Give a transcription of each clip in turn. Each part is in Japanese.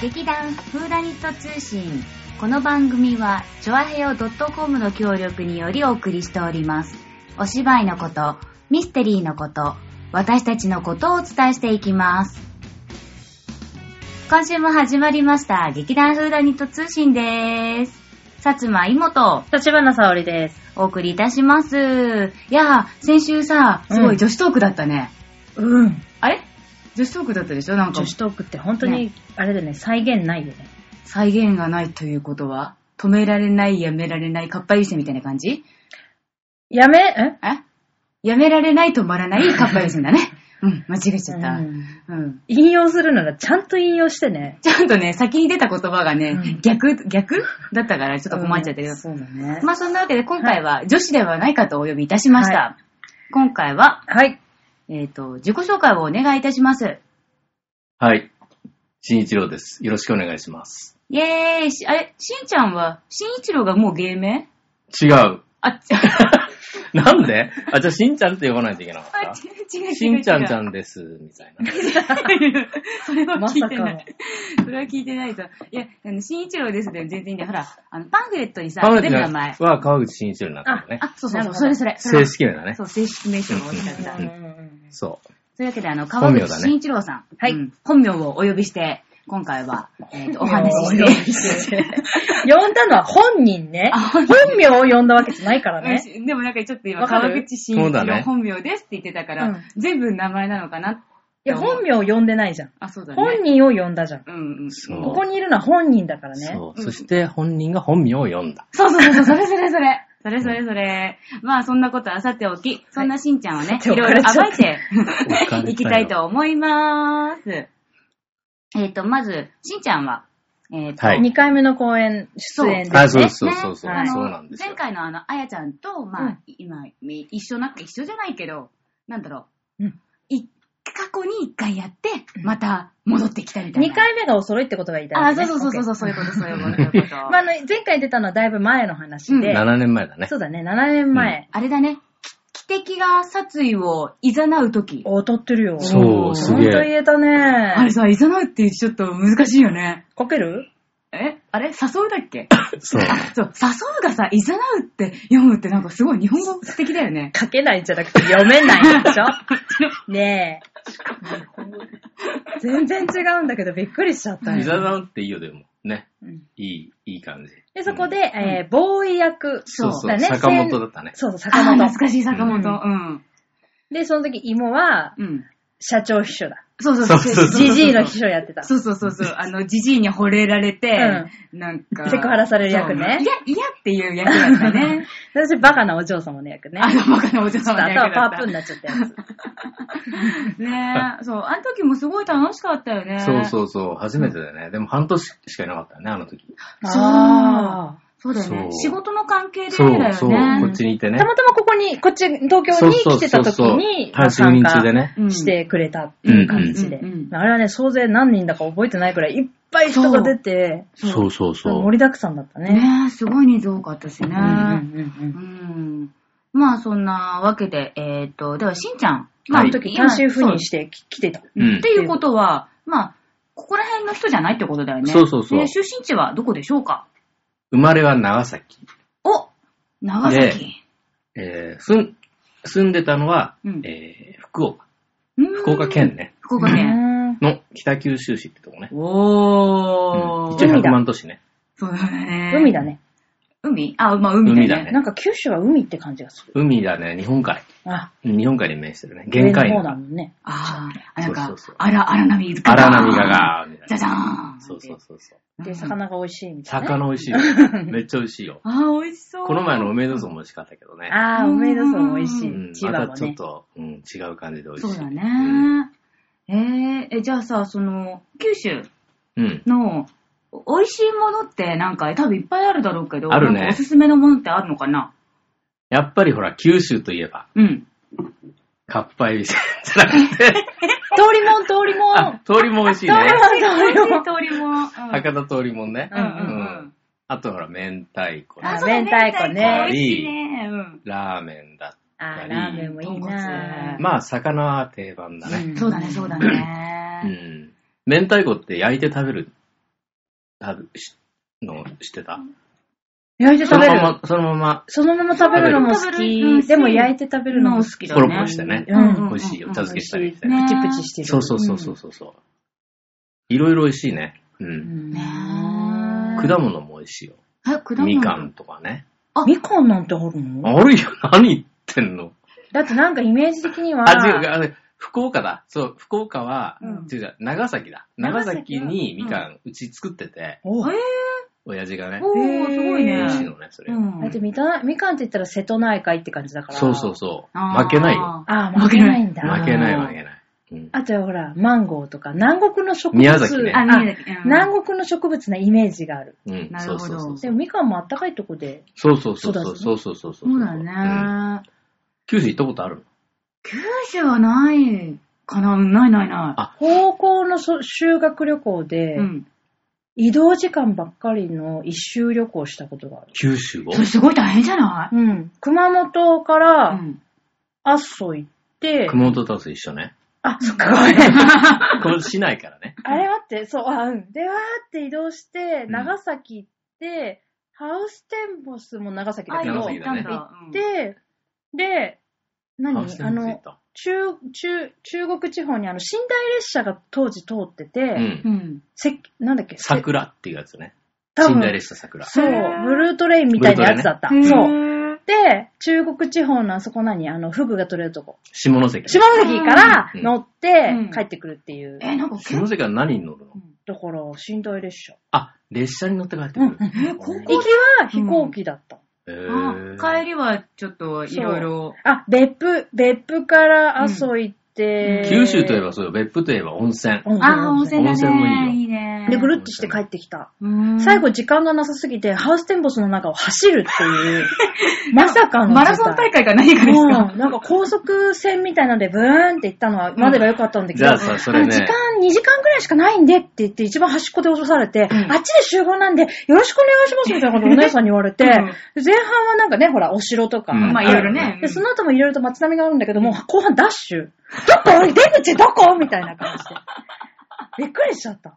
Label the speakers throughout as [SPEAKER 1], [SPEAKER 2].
[SPEAKER 1] 劇団フーダニット通信この番組はチョアヘヨ .com の協力によりお送りしておりますお芝居のことミステリーのこと私たちのことをお伝えしていきます今週も始まりました劇団フーダニット通信です薩摩妹と
[SPEAKER 2] 立花沙織です。
[SPEAKER 1] お送りいたしますいやー先週さすご
[SPEAKER 2] う
[SPEAKER 1] い
[SPEAKER 2] ん
[SPEAKER 1] 女子トークだったね、
[SPEAKER 2] うん。
[SPEAKER 1] あれ女子トークだったでしょなんか
[SPEAKER 2] 女子トークって本当に
[SPEAKER 1] ね、
[SPEAKER 2] あれだよね、再現ないよね。
[SPEAKER 1] 再現がないということは、止められない、やめられない、かっぱ優勢みたいな感じ
[SPEAKER 2] やめ、え
[SPEAKER 1] えやめられない、止まらない、かっぱ優勢だね。うん、間違えちゃった。う
[SPEAKER 2] うんん。引用するならちゃんと引用してね。
[SPEAKER 1] ちゃんとね、先に出た言葉がね、
[SPEAKER 2] うん
[SPEAKER 1] 逆、逆だったからちょっと困っちゃったけど。
[SPEAKER 2] うんそうだね。
[SPEAKER 1] まあそんなわけで今回は女子ではないかとお呼びいたしました。
[SPEAKER 2] は
[SPEAKER 1] 今回は、
[SPEAKER 2] はい。
[SPEAKER 1] えっ、と、自己紹介をお願いいたします。
[SPEAKER 3] はい。新一郎です。よろしくお願いします。
[SPEAKER 1] イェーイしあれ、しんちゃんは、しんいちろうがもう芸名
[SPEAKER 3] 違う。
[SPEAKER 1] あ、ち違
[SPEAKER 3] なんであ、じゃあ、しんちゃんって呼ばないといけなかっ
[SPEAKER 1] う違う違
[SPEAKER 3] た。
[SPEAKER 1] う。
[SPEAKER 3] しんちゃんちゃんです、みたいな。
[SPEAKER 1] それは
[SPEAKER 2] ま
[SPEAKER 1] 聞い
[SPEAKER 2] さ
[SPEAKER 1] てな
[SPEAKER 2] か
[SPEAKER 1] い。。それは聞いてないぞ。いや、あの、新一郎ですで全然いいんだよ。ほら、あの、パンフレットにさ、
[SPEAKER 3] 川口
[SPEAKER 1] 全部名前。
[SPEAKER 3] は川口新一郎になったのね。
[SPEAKER 1] あ、そうそうそう、
[SPEAKER 2] なるほど
[SPEAKER 1] それそれ。それ
[SPEAKER 3] 正式名だね
[SPEAKER 1] そ。う、正式名称がおっしゃった。
[SPEAKER 2] う
[SPEAKER 1] とい
[SPEAKER 2] ん
[SPEAKER 1] う
[SPEAKER 3] そう。
[SPEAKER 1] わけで、あの、川
[SPEAKER 3] 本名
[SPEAKER 1] 口
[SPEAKER 3] だね
[SPEAKER 1] 新一郎さん。
[SPEAKER 2] はい
[SPEAKER 1] うん本名をお呼びして、今回は、えっと、お話し
[SPEAKER 2] 本名をお呼
[SPEAKER 1] して。
[SPEAKER 2] 呼んだのは本人ね。
[SPEAKER 1] あ本
[SPEAKER 2] 本名を呼んだわけじゃないからね。
[SPEAKER 1] うん でもなんかちょっと今、
[SPEAKER 2] わか
[SPEAKER 1] 川
[SPEAKER 2] る
[SPEAKER 1] 口新一
[SPEAKER 3] そうだ
[SPEAKER 1] 郎
[SPEAKER 3] ね
[SPEAKER 1] 本名ですって言ってたか
[SPEAKER 2] う
[SPEAKER 1] ら
[SPEAKER 2] ん、
[SPEAKER 1] 全部名前なのかなって
[SPEAKER 2] いや、本名を呼んでないじゃん。
[SPEAKER 1] あ、そうだね。
[SPEAKER 2] 本人を呼んだじゃん。
[SPEAKER 1] うんうん。
[SPEAKER 3] そう
[SPEAKER 2] ここにいるのは本人だからね。
[SPEAKER 3] そう。
[SPEAKER 1] うん
[SPEAKER 3] そして、本人が本名を読んだ。
[SPEAKER 1] そうそうそうそう、それそれそれ。それそれそれ。まあそんなことはさておき、そんなしんちゃんをね、い
[SPEAKER 2] さてお
[SPEAKER 1] ろ
[SPEAKER 2] か
[SPEAKER 1] いろ
[SPEAKER 2] れちゃった
[SPEAKER 1] 暴いて
[SPEAKER 3] 置かれたよ
[SPEAKER 1] いきたいと思います。えっと、まず、しんちゃんは、えっと、
[SPEAKER 3] はい
[SPEAKER 2] 2回目の公演、出演
[SPEAKER 3] あ、
[SPEAKER 2] です
[SPEAKER 3] そう
[SPEAKER 2] ね。
[SPEAKER 3] そう
[SPEAKER 1] ね
[SPEAKER 3] そうそう。
[SPEAKER 2] はい
[SPEAKER 3] そうなんです
[SPEAKER 1] 前
[SPEAKER 3] よ。
[SPEAKER 1] 回のあの、あやちゃんと、まあ、
[SPEAKER 2] うん
[SPEAKER 1] 今、一緒な、一緒じゃないけど、なんだろう。
[SPEAKER 2] うん
[SPEAKER 1] い過去に一回やって、また戻ってきたみたいな。
[SPEAKER 2] 2回目がお揃いってことが言いたい
[SPEAKER 1] あ、
[SPEAKER 2] ん
[SPEAKER 1] そ
[SPEAKER 2] だ
[SPEAKER 1] う
[SPEAKER 2] ね
[SPEAKER 1] そうそうそう、そういうこと、そういうことそういうこと。
[SPEAKER 2] まあ、あの、前回出たのはだいぶ前の話で、
[SPEAKER 3] 7年前だね。
[SPEAKER 2] そうだね、7年前。
[SPEAKER 1] あれだね、き汽笛が殺意を誘うとき。
[SPEAKER 2] お当たってるよ。
[SPEAKER 1] そう
[SPEAKER 3] そう、す
[SPEAKER 2] ほんと
[SPEAKER 3] げえ。
[SPEAKER 2] 言えた
[SPEAKER 1] あれ
[SPEAKER 2] ね。
[SPEAKER 1] さ、誘うってちょっと難しいよね。
[SPEAKER 2] かける
[SPEAKER 1] えあれ誘うだっけ
[SPEAKER 3] そ
[SPEAKER 1] そ
[SPEAKER 3] う。
[SPEAKER 1] う、誘うがさ、誘うって読むってなんかすごい日本語素敵だよね。
[SPEAKER 2] かけないんじゃなくて読めないでし ょねえ。全然違うんだけどびっくりしちゃった
[SPEAKER 3] 伊沢
[SPEAKER 2] よ。
[SPEAKER 3] さんっていいよ、でも。ね。
[SPEAKER 2] うん
[SPEAKER 3] いい、いい感じ。
[SPEAKER 2] で、そこで、えー、ボーイ役。
[SPEAKER 3] そうそう
[SPEAKER 2] だね。
[SPEAKER 3] 坂本だったね
[SPEAKER 2] そうそう、坂
[SPEAKER 1] あー、
[SPEAKER 2] 本
[SPEAKER 1] 懐。かしい坂本。うん。
[SPEAKER 2] で、その時、芋は、
[SPEAKER 1] うん。
[SPEAKER 2] 社長秘書だ。
[SPEAKER 1] そうそうそう
[SPEAKER 3] そうそう
[SPEAKER 1] そう。
[SPEAKER 2] ジジイの秘書やってた。
[SPEAKER 1] そうそうそうそう。あの、ジジイに惚れられて、
[SPEAKER 2] う
[SPEAKER 1] なんか。
[SPEAKER 2] セクハラされる役ね
[SPEAKER 1] そういや、いやっていう役だったね。
[SPEAKER 2] 私、バカなお嬢様の役 ね。
[SPEAKER 1] あの、バカなお嬢
[SPEAKER 2] ちょ
[SPEAKER 1] 様
[SPEAKER 2] っと
[SPEAKER 1] の役だ
[SPEAKER 2] 頭
[SPEAKER 1] った。
[SPEAKER 2] パープになっちゃったやつ。
[SPEAKER 1] ねえ、そう。あの時もすごい楽しかったよね。
[SPEAKER 3] そうそうそう。初めてだよね。でも、半年しかいなかったね、あの時。
[SPEAKER 1] あ
[SPEAKER 2] あ
[SPEAKER 1] そうだよね。
[SPEAKER 3] そう
[SPEAKER 1] 仕事の関係でだ
[SPEAKER 3] そ
[SPEAKER 1] よ
[SPEAKER 3] う
[SPEAKER 1] ね。、
[SPEAKER 3] そう。こっちにいて
[SPEAKER 2] あ
[SPEAKER 3] ね
[SPEAKER 2] た。またまここに、こっち、東京
[SPEAKER 3] そう
[SPEAKER 2] に
[SPEAKER 3] そう
[SPEAKER 2] 来てた時に、まあ
[SPEAKER 3] そうそうはい就任中でね
[SPEAKER 1] うん
[SPEAKER 2] してくれたっていう感じで。
[SPEAKER 1] うんうんうんうん
[SPEAKER 2] あれはね、総勢何人だか覚えてないくらい、いっぱい人が出て、
[SPEAKER 3] そうそうそう
[SPEAKER 2] 盛。りだくさんだったね。
[SPEAKER 1] ねえ、すごい人数多かったしね。
[SPEAKER 2] うんうんうんうん
[SPEAKER 1] うんまあ、そんなわけで、えっ、と、では、しんちゃん。ま
[SPEAKER 2] まあ、
[SPEAKER 1] あ、。
[SPEAKER 2] あの時、単身赴任しててき来てた。
[SPEAKER 1] そう
[SPEAKER 3] うん
[SPEAKER 1] っていうことは、まあ、ここら辺の人じゃないってことだよね。
[SPEAKER 3] そうそうそう
[SPEAKER 1] で出身地はどこでしょうか
[SPEAKER 3] 生まれは長崎。
[SPEAKER 1] お長崎。
[SPEAKER 3] えー、住ん、住んでたのは、
[SPEAKER 1] うん
[SPEAKER 3] えー、福岡。
[SPEAKER 1] うん
[SPEAKER 3] 福岡。県ね。
[SPEAKER 1] 福岡県。
[SPEAKER 2] ね
[SPEAKER 3] の北九州市ってとこね。
[SPEAKER 1] お
[SPEAKER 3] うん
[SPEAKER 1] ー。
[SPEAKER 3] 一応
[SPEAKER 2] 海だ
[SPEAKER 3] 100万都市ね。
[SPEAKER 1] そうだね。
[SPEAKER 2] 海だ。ね。
[SPEAKER 1] 海あ、まあ、海
[SPEAKER 3] 海
[SPEAKER 1] だ
[SPEAKER 3] だ
[SPEAKER 1] ね。
[SPEAKER 3] ね
[SPEAKER 2] なんか九州は海って感じがする。
[SPEAKER 3] 海だね、日本海。
[SPEAKER 2] あ、
[SPEAKER 3] 日本海に面してるね。限界
[SPEAKER 2] 上の
[SPEAKER 3] の
[SPEAKER 2] 方だもんね。
[SPEAKER 1] ああ、なんか
[SPEAKER 3] そうそうそう、
[SPEAKER 1] あら、荒波が。
[SPEAKER 3] 荒波がガーみたいな。
[SPEAKER 1] じゃじゃーん。
[SPEAKER 3] そうそうそうそう。
[SPEAKER 2] で、魚が美味しいみたいな。
[SPEAKER 3] 魚美味しい よ。めっちゃ美味しいよ。
[SPEAKER 1] ああ、美味しそう。
[SPEAKER 3] この前のおめでとうも美味しかったけどね。
[SPEAKER 2] ああ、おめでとう美味し
[SPEAKER 1] う
[SPEAKER 3] う
[SPEAKER 2] い。
[SPEAKER 3] ん、
[SPEAKER 2] 千葉
[SPEAKER 3] ま
[SPEAKER 2] も
[SPEAKER 3] たちょ
[SPEAKER 2] ね
[SPEAKER 3] っ。と、うん、違う感じで美味しい。
[SPEAKER 1] そうだ
[SPEAKER 3] うん。
[SPEAKER 1] ね。えーえ、じゃあさ、その、九州
[SPEAKER 3] うん。
[SPEAKER 1] の、美味しいものってなんか、多分いっぱいあるだろうけど、
[SPEAKER 3] あるね
[SPEAKER 1] なんかおすすめのものってあるのかな
[SPEAKER 3] やっぱりほら、九州といえば、
[SPEAKER 1] うん。
[SPEAKER 3] かっぱえびせんじゃなくて、
[SPEAKER 2] 通りもん、通りも
[SPEAKER 3] あ
[SPEAKER 2] ん。、
[SPEAKER 3] 通りも美味しいね。
[SPEAKER 1] 美
[SPEAKER 2] 通
[SPEAKER 1] 味
[SPEAKER 2] り
[SPEAKER 1] し
[SPEAKER 2] も
[SPEAKER 1] い
[SPEAKER 2] ん。
[SPEAKER 1] 通りも。うん
[SPEAKER 3] 博多通りもんね。
[SPEAKER 1] うんうん
[SPEAKER 3] あとほら、明太子
[SPEAKER 1] う
[SPEAKER 3] ね
[SPEAKER 1] ん。
[SPEAKER 2] あ
[SPEAKER 1] そうだね
[SPEAKER 2] 明太子ね
[SPEAKER 1] 明太子美味しいね。うん。
[SPEAKER 3] ラーメンだ。
[SPEAKER 2] あー、ラーメンもいいな
[SPEAKER 3] まあ、魚は定番だね。
[SPEAKER 1] そうだね、そうだね。
[SPEAKER 3] うん。明太子って焼いて食べる食べ、しのしてた。
[SPEAKER 2] 焼いて
[SPEAKER 3] そ
[SPEAKER 2] 食べ
[SPEAKER 3] の
[SPEAKER 2] る
[SPEAKER 3] まま、そのまま、
[SPEAKER 2] そのまま食べるのも好
[SPEAKER 4] 食べるうん
[SPEAKER 2] き。でも焼いて食べるのも好きだ
[SPEAKER 3] コ
[SPEAKER 2] よ
[SPEAKER 3] ロ
[SPEAKER 2] ね。
[SPEAKER 3] コロしてね。
[SPEAKER 2] うん
[SPEAKER 4] うん
[SPEAKER 3] 美味しいよ。茶漬けしたりして。
[SPEAKER 4] 美味しいね
[SPEAKER 2] プチプチしてる。
[SPEAKER 3] そうそうそうそうそうそう。いろいろ美味しいね。うん。
[SPEAKER 2] ん
[SPEAKER 4] ねえ
[SPEAKER 3] 果物も美味しいよ。
[SPEAKER 4] え、果物
[SPEAKER 3] みかんとかね。
[SPEAKER 2] みかんなんてあるの
[SPEAKER 3] あるよ、何言ってんの。
[SPEAKER 2] だってなんかイメージ的には、
[SPEAKER 3] あ、違う、あれ、福岡だ。そう、福岡は、
[SPEAKER 4] うん
[SPEAKER 3] 違う違う、長崎だ。長崎にみかん、うち作ってて、
[SPEAKER 2] お
[SPEAKER 4] え
[SPEAKER 3] 親父がね
[SPEAKER 4] ー、、おー、すごい
[SPEAKER 2] へ
[SPEAKER 3] 美
[SPEAKER 4] ね
[SPEAKER 2] ー。
[SPEAKER 3] 味しいのね、それ。
[SPEAKER 4] うん
[SPEAKER 2] だってみたみかんって言ったら瀬戸内海って感じだから。
[SPEAKER 3] そうそうそう。負けないよ。。
[SPEAKER 2] ああ、負けないんだ。
[SPEAKER 3] 負けない、負けない。うん
[SPEAKER 2] あとほら、マンゴーとか、南国の植物。
[SPEAKER 3] 宮崎ね
[SPEAKER 4] あー、
[SPEAKER 2] あ
[SPEAKER 4] 見えた。うん
[SPEAKER 2] 南国の植物なイメージがある。
[SPEAKER 3] うん、
[SPEAKER 4] な
[SPEAKER 3] そ
[SPEAKER 4] る
[SPEAKER 3] う
[SPEAKER 4] ほ
[SPEAKER 3] そ
[SPEAKER 4] ど
[SPEAKER 3] うそう。
[SPEAKER 2] でもみかんもあったかいとこで。
[SPEAKER 3] そうそうそうそう。
[SPEAKER 2] そ
[SPEAKER 3] そううそうそう。
[SPEAKER 4] そうだ
[SPEAKER 3] ん。
[SPEAKER 4] ね。
[SPEAKER 3] 九州行ったことある
[SPEAKER 4] 九州はないかなないないな
[SPEAKER 2] 高校のそ修学旅行
[SPEAKER 4] い。
[SPEAKER 2] で、
[SPEAKER 4] うん。
[SPEAKER 2] 移動時間ばっかりの一周旅行したことがある。
[SPEAKER 3] 九州を
[SPEAKER 4] それすごい大変じゃな
[SPEAKER 2] うん。熊本か
[SPEAKER 4] い
[SPEAKER 2] ら、
[SPEAKER 4] ん。
[SPEAKER 2] 阿蘇行って、
[SPEAKER 3] 熊本とは一緒ね。
[SPEAKER 2] あ、そっか、ごめん。
[SPEAKER 3] これ市内からね。
[SPEAKER 2] あれ待って、そう、あ、うん。で、わーって移動して、
[SPEAKER 3] うん
[SPEAKER 2] 長崎行って、ハウステンボスも長崎だ
[SPEAKER 4] あ、
[SPEAKER 2] けど、
[SPEAKER 3] 長
[SPEAKER 4] 行
[SPEAKER 3] 崎
[SPEAKER 4] っ
[SPEAKER 3] だ
[SPEAKER 4] た
[SPEAKER 3] ね
[SPEAKER 4] んだ。うん、
[SPEAKER 2] で、で、 何
[SPEAKER 3] ハ
[SPEAKER 2] あ
[SPEAKER 3] ウステンボス行
[SPEAKER 2] の
[SPEAKER 3] っ、た
[SPEAKER 2] 中、中、中国地方にあの、寝台列車が当時通ってて、
[SPEAKER 3] うん
[SPEAKER 4] う。ん。
[SPEAKER 2] せなんだっけせ
[SPEAKER 3] 桜っていうやつね。
[SPEAKER 2] 多
[SPEAKER 3] 寝
[SPEAKER 2] 分
[SPEAKER 3] 台列車桜。
[SPEAKER 2] そう
[SPEAKER 4] へー、
[SPEAKER 2] ブルートレインみたいなやつだった。
[SPEAKER 4] そ
[SPEAKER 2] そう。
[SPEAKER 4] う。
[SPEAKER 2] で、中国地方のあそこ何あの、フグが取れるとこ。
[SPEAKER 3] 下関。
[SPEAKER 2] 下関から
[SPEAKER 3] うん
[SPEAKER 2] 乗って
[SPEAKER 4] うん
[SPEAKER 2] 帰ってくるっていう
[SPEAKER 4] え、なんか結
[SPEAKER 3] 下
[SPEAKER 4] 構、
[SPEAKER 3] 関は何に乗るの
[SPEAKER 2] ところ、寝台列車。
[SPEAKER 3] あ、列車に乗って帰ってく
[SPEAKER 2] うん
[SPEAKER 3] る。
[SPEAKER 2] うん
[SPEAKER 4] え、高
[SPEAKER 2] 行
[SPEAKER 4] 校
[SPEAKER 2] きは飛行機だった。
[SPEAKER 3] へ
[SPEAKER 4] あ
[SPEAKER 3] ー
[SPEAKER 4] 帰りはちょっといろいろ。
[SPEAKER 2] あ、別府、別府から阿蘇行って、
[SPEAKER 3] 九州といえばそうよ。別府といえば温泉。
[SPEAKER 2] うん、
[SPEAKER 4] あ、温泉だね。
[SPEAKER 3] 温泉もいい
[SPEAKER 4] い
[SPEAKER 3] よ
[SPEAKER 4] ね。
[SPEAKER 2] で、ぐるっとして帰ってきた。
[SPEAKER 4] うん
[SPEAKER 2] 最後、時間がなさすぎて、ハウステンボスの中を走るっ ていう、まさかの事態。
[SPEAKER 4] マラソン大会か何かですか
[SPEAKER 2] うん、なんか高速線みたいなので、ブーンって行ったのは、までが良かったんだけ
[SPEAKER 3] じ
[SPEAKER 2] ど、
[SPEAKER 3] ゃあさ、それ
[SPEAKER 2] 時
[SPEAKER 3] ね
[SPEAKER 2] 間、、2時間ぐらいしかないんでって言って、一番端っこで落とされて、
[SPEAKER 4] うん
[SPEAKER 2] あっちで集合なんで、よろしくお願いしますみたいなことを お姉さんに言われて、前半はなんかね、ほら、お城とか、
[SPEAKER 3] うん
[SPEAKER 4] まあいろいろね。
[SPEAKER 2] で、その後もいろいろと街並みがあるんだけども、後半ダッシュ。どこ出口どこみたいな感 じで。びっくりしちゃった。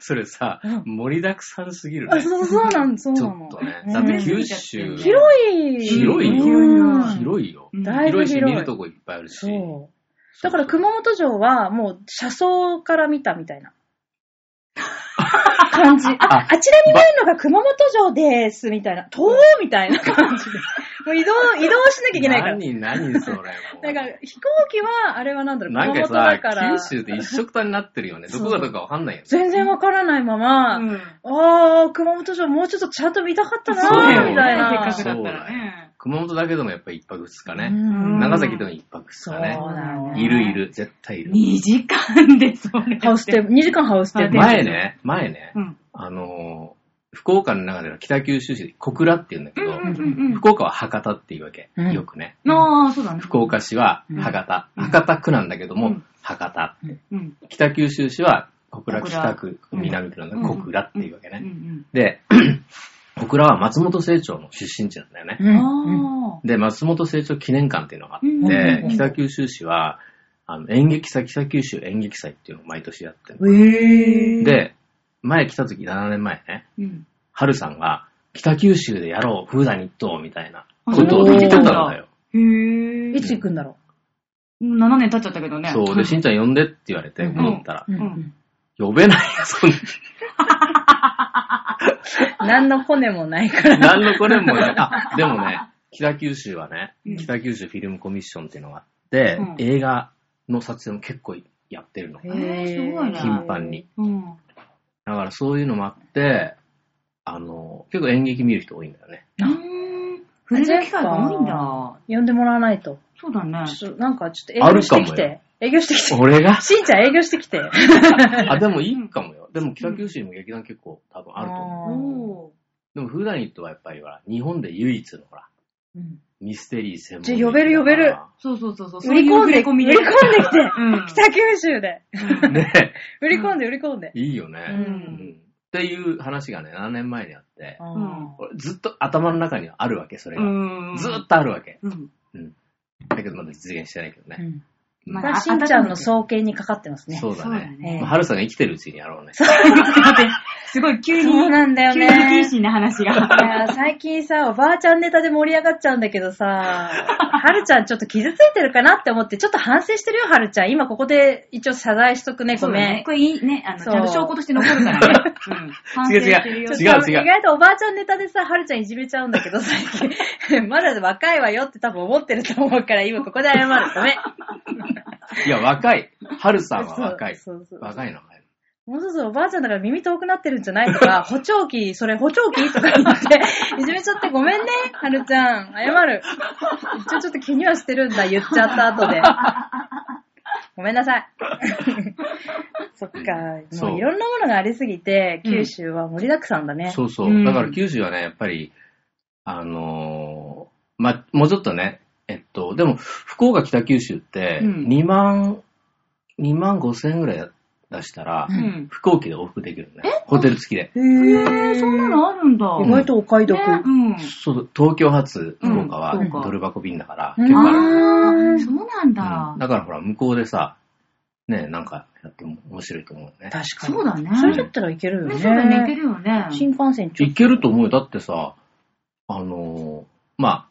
[SPEAKER 3] それさ
[SPEAKER 2] うん、
[SPEAKER 3] 盛りだくさんすぎる
[SPEAKER 2] あ
[SPEAKER 3] ね。
[SPEAKER 2] そうそうなんそう
[SPEAKER 3] ち
[SPEAKER 2] な
[SPEAKER 3] ょっ
[SPEAKER 2] の
[SPEAKER 3] と。ね
[SPEAKER 2] う。ん
[SPEAKER 3] だって九州、
[SPEAKER 4] 広
[SPEAKER 2] 広い。
[SPEAKER 3] 広いよ
[SPEAKER 2] うん
[SPEAKER 3] 広いよ。
[SPEAKER 4] うん
[SPEAKER 2] だいぶ
[SPEAKER 3] 広い
[SPEAKER 2] 広い
[SPEAKER 3] し、見るとこいっぱいあるし。
[SPEAKER 2] そう。だから熊本城はもう車窓から見たみたいな。感じ。あ、
[SPEAKER 3] あ
[SPEAKER 2] あちらに見えるのが熊本城です、みたいな。遠ーみたい な感じで。もう移動、移動しなきゃいけないから。
[SPEAKER 3] 何、何それ。もう
[SPEAKER 2] だから飛行機は、あれはなんだろう、
[SPEAKER 3] なん
[SPEAKER 2] 熊
[SPEAKER 3] か
[SPEAKER 2] 本だから。
[SPEAKER 3] さ、九州って一色たになってるよね。どこがどこかわかんないよね。
[SPEAKER 2] 全然わからないまま、
[SPEAKER 4] うん
[SPEAKER 2] あー、熊本城もうちょっとちゃんと見たかったな
[SPEAKER 4] そうだよ
[SPEAKER 2] ー、
[SPEAKER 4] ね
[SPEAKER 2] みたいな。
[SPEAKER 4] せっかくだったらね。
[SPEAKER 3] 熊本だけでもやっぱり一泊二日ね。
[SPEAKER 4] ん
[SPEAKER 3] 長崎でも一泊
[SPEAKER 2] そ
[SPEAKER 3] 二
[SPEAKER 2] う
[SPEAKER 3] 日
[SPEAKER 2] だ
[SPEAKER 3] ね。
[SPEAKER 2] よね。
[SPEAKER 3] いるいる、絶対いる。
[SPEAKER 4] 2時間でそれ。
[SPEAKER 2] ハウステン、2時間ハウステン。
[SPEAKER 3] 前ね、前ね、
[SPEAKER 4] うん。
[SPEAKER 3] あのー、福岡の中では北九州市で小倉って言うんだけ
[SPEAKER 4] うんう
[SPEAKER 3] ど、
[SPEAKER 4] んうんうん。
[SPEAKER 3] 福岡は博多っていうわけ。
[SPEAKER 2] うん
[SPEAKER 3] よくね。
[SPEAKER 4] ああ、そうだね。
[SPEAKER 3] 福岡市は博多。
[SPEAKER 4] うん
[SPEAKER 3] 博多区なんだけども、
[SPEAKER 4] うん
[SPEAKER 3] 博多。
[SPEAKER 4] うん。
[SPEAKER 3] 北九州市は小倉
[SPEAKER 4] 小倉
[SPEAKER 3] 北区、
[SPEAKER 4] うん
[SPEAKER 3] 南区なんだ、
[SPEAKER 4] うん
[SPEAKER 3] 小倉っていうわけね。
[SPEAKER 4] うん
[SPEAKER 3] で、 小倉は松本清張の出身地なんだよね。
[SPEAKER 2] う
[SPEAKER 4] うん
[SPEAKER 2] うん
[SPEAKER 4] ん。ああ。
[SPEAKER 3] で、松本清張記念館っていうのがあって、
[SPEAKER 4] うん
[SPEAKER 2] うんうん
[SPEAKER 3] 北九州市は、あの、演劇祭、北九州演劇祭っていうのを毎年やってる。
[SPEAKER 4] へえ。、
[SPEAKER 3] で、前来た時、7年前ね、
[SPEAKER 4] うん。
[SPEAKER 3] 春さんが、北九州でやろう、風だ日東みたいな
[SPEAKER 4] あ
[SPEAKER 3] ことを
[SPEAKER 2] そん
[SPEAKER 3] 言
[SPEAKER 2] なこと言っててた
[SPEAKER 3] った
[SPEAKER 2] ん
[SPEAKER 3] ん
[SPEAKER 4] だ
[SPEAKER 3] だよ。
[SPEAKER 4] へえ
[SPEAKER 2] い。つ行くんだろ
[SPEAKER 4] 7年経っちゃったけどね。
[SPEAKER 3] そう。で、しんちゃん呼んでって言われて、
[SPEAKER 2] うん
[SPEAKER 3] 戻ったら
[SPEAKER 2] う。、
[SPEAKER 4] ん
[SPEAKER 3] 呼べないよ、そん
[SPEAKER 2] 何の骨もないから。
[SPEAKER 3] な。何のこれもね。あ、でもね、北九州はね
[SPEAKER 4] うん、
[SPEAKER 3] 北九州フィルムコミッションっていうのがあって
[SPEAKER 4] うん、
[SPEAKER 3] 映画の撮影も結構やってるの。
[SPEAKER 4] へーすごいな
[SPEAKER 3] 頻繁に。。
[SPEAKER 4] うん。
[SPEAKER 3] だからそういうのもあって、あの、結構演劇見る人多いんだよね。
[SPEAKER 4] うん。触れる機会が多いんだ。
[SPEAKER 2] 呼んでもらわないと。
[SPEAKER 4] そうだね。
[SPEAKER 2] ちょっと、なんかちょっと営業してき
[SPEAKER 3] あるかも
[SPEAKER 2] て。営業してきて。
[SPEAKER 3] 俺が
[SPEAKER 2] しんちゃん営業してきて。
[SPEAKER 3] あ、でもいいかもよ。でも北九州にも劇団結構多分あると思う。
[SPEAKER 2] 思
[SPEAKER 4] おー
[SPEAKER 3] でもフーダニットはやっぱりほら、日本で唯一のほら、
[SPEAKER 2] うん。
[SPEAKER 3] ミステリー専門
[SPEAKER 2] ちょ呼べる呼べる
[SPEAKER 4] そうそうそうそう。
[SPEAKER 2] 売り込んで、売り込
[SPEAKER 4] 込
[SPEAKER 2] ん
[SPEAKER 4] み
[SPEAKER 2] できて。
[SPEAKER 4] うん。
[SPEAKER 2] 北九州で。
[SPEAKER 4] うん
[SPEAKER 3] ね。
[SPEAKER 2] 売り込んで、売り込んで。
[SPEAKER 3] いいよね。
[SPEAKER 2] うん
[SPEAKER 3] うんっていう話がね、7年前にあって、
[SPEAKER 4] ん
[SPEAKER 3] 俺ずっと頭の中にはあるわけ、それが。
[SPEAKER 4] うん。
[SPEAKER 3] ずーっとあるわけ。
[SPEAKER 4] うん。
[SPEAKER 3] だけどまだ実現してないけど
[SPEAKER 2] う
[SPEAKER 3] ね。
[SPEAKER 2] ん
[SPEAKER 3] うん
[SPEAKER 4] ま
[SPEAKER 2] まあしんちゃんの総計にかかってますね。
[SPEAKER 3] そうだ
[SPEAKER 4] そうだ
[SPEAKER 3] ね。
[SPEAKER 4] ね
[SPEAKER 3] まあ。春さんが生きてるうちにやろうね。
[SPEAKER 4] 待って待って
[SPEAKER 1] すごい急に、
[SPEAKER 2] そうなんだよね
[SPEAKER 1] 急に謹慎な話が。
[SPEAKER 2] いやー最近さ、おばあちゃんネタで盛り上がっちゃうんだけどさ、はるちゃんちょっと傷ついてるかなって思って、ちょっと反省してるよ、はるちゃん。今ここで一応謝罪しとくね、ご
[SPEAKER 1] そうだ
[SPEAKER 2] め
[SPEAKER 1] ね
[SPEAKER 2] ん。
[SPEAKER 1] これいいね、あの、ち
[SPEAKER 2] そう
[SPEAKER 1] ゃんと証拠として残るからね。 うん。反省してるよ。
[SPEAKER 3] 違う違う
[SPEAKER 2] ちょっと意外とおばあちゃんネタでさ、はるちゃんいじめちゃうんだけど、最近。 まだ若いわよって多分思ってると思うから、今ここで謝る。ごめん。
[SPEAKER 3] いや、若い。春さんは若い。
[SPEAKER 2] そうそうそう
[SPEAKER 3] 若いの前。
[SPEAKER 2] もうそろそろおばあちゃんだから耳遠くなってるんじゃないとか、補聴器、それ補聴器とか言って、 いじめちゃってごめんね、はるちゃん。謝る。一応ちょっと気にはしてるんだ、言っちゃった後で。ごめんなさい。 そっか、
[SPEAKER 3] そう
[SPEAKER 2] もういろんなものがありすぎて、
[SPEAKER 1] うん
[SPEAKER 2] 九州は盛りだくさんだね。
[SPEAKER 3] そうそうう。
[SPEAKER 1] ん
[SPEAKER 3] だから九州はね、やっぱり、あのーま、もうちょっとね、えっと、でも、福岡北九州って、
[SPEAKER 1] うん
[SPEAKER 3] 2万、2万5千円ぐらい出したら
[SPEAKER 1] う、ん。
[SPEAKER 3] 飛行機で往復できるのね。ホテル付きで。
[SPEAKER 1] へ
[SPEAKER 2] へ
[SPEAKER 1] ー、そんなのあるんだ。
[SPEAKER 2] 意外とお買い得。
[SPEAKER 1] ねうん。
[SPEAKER 3] そう東京発福岡は
[SPEAKER 1] うんそうか
[SPEAKER 3] ドル箱便だから、
[SPEAKER 2] うん
[SPEAKER 3] 結構ある
[SPEAKER 1] あー、そうなんだ
[SPEAKER 3] うん。だからほら、向こうでさ、ね、なんかやっても面白いと思うよね。
[SPEAKER 2] 確かに。
[SPEAKER 1] そうだね。
[SPEAKER 2] それだったらいけるよ
[SPEAKER 1] ね
[SPEAKER 2] ね。
[SPEAKER 1] そうだね、いけるよね。
[SPEAKER 2] 新幹線ちょっ
[SPEAKER 3] いけると思うよ。だってさ、あのーま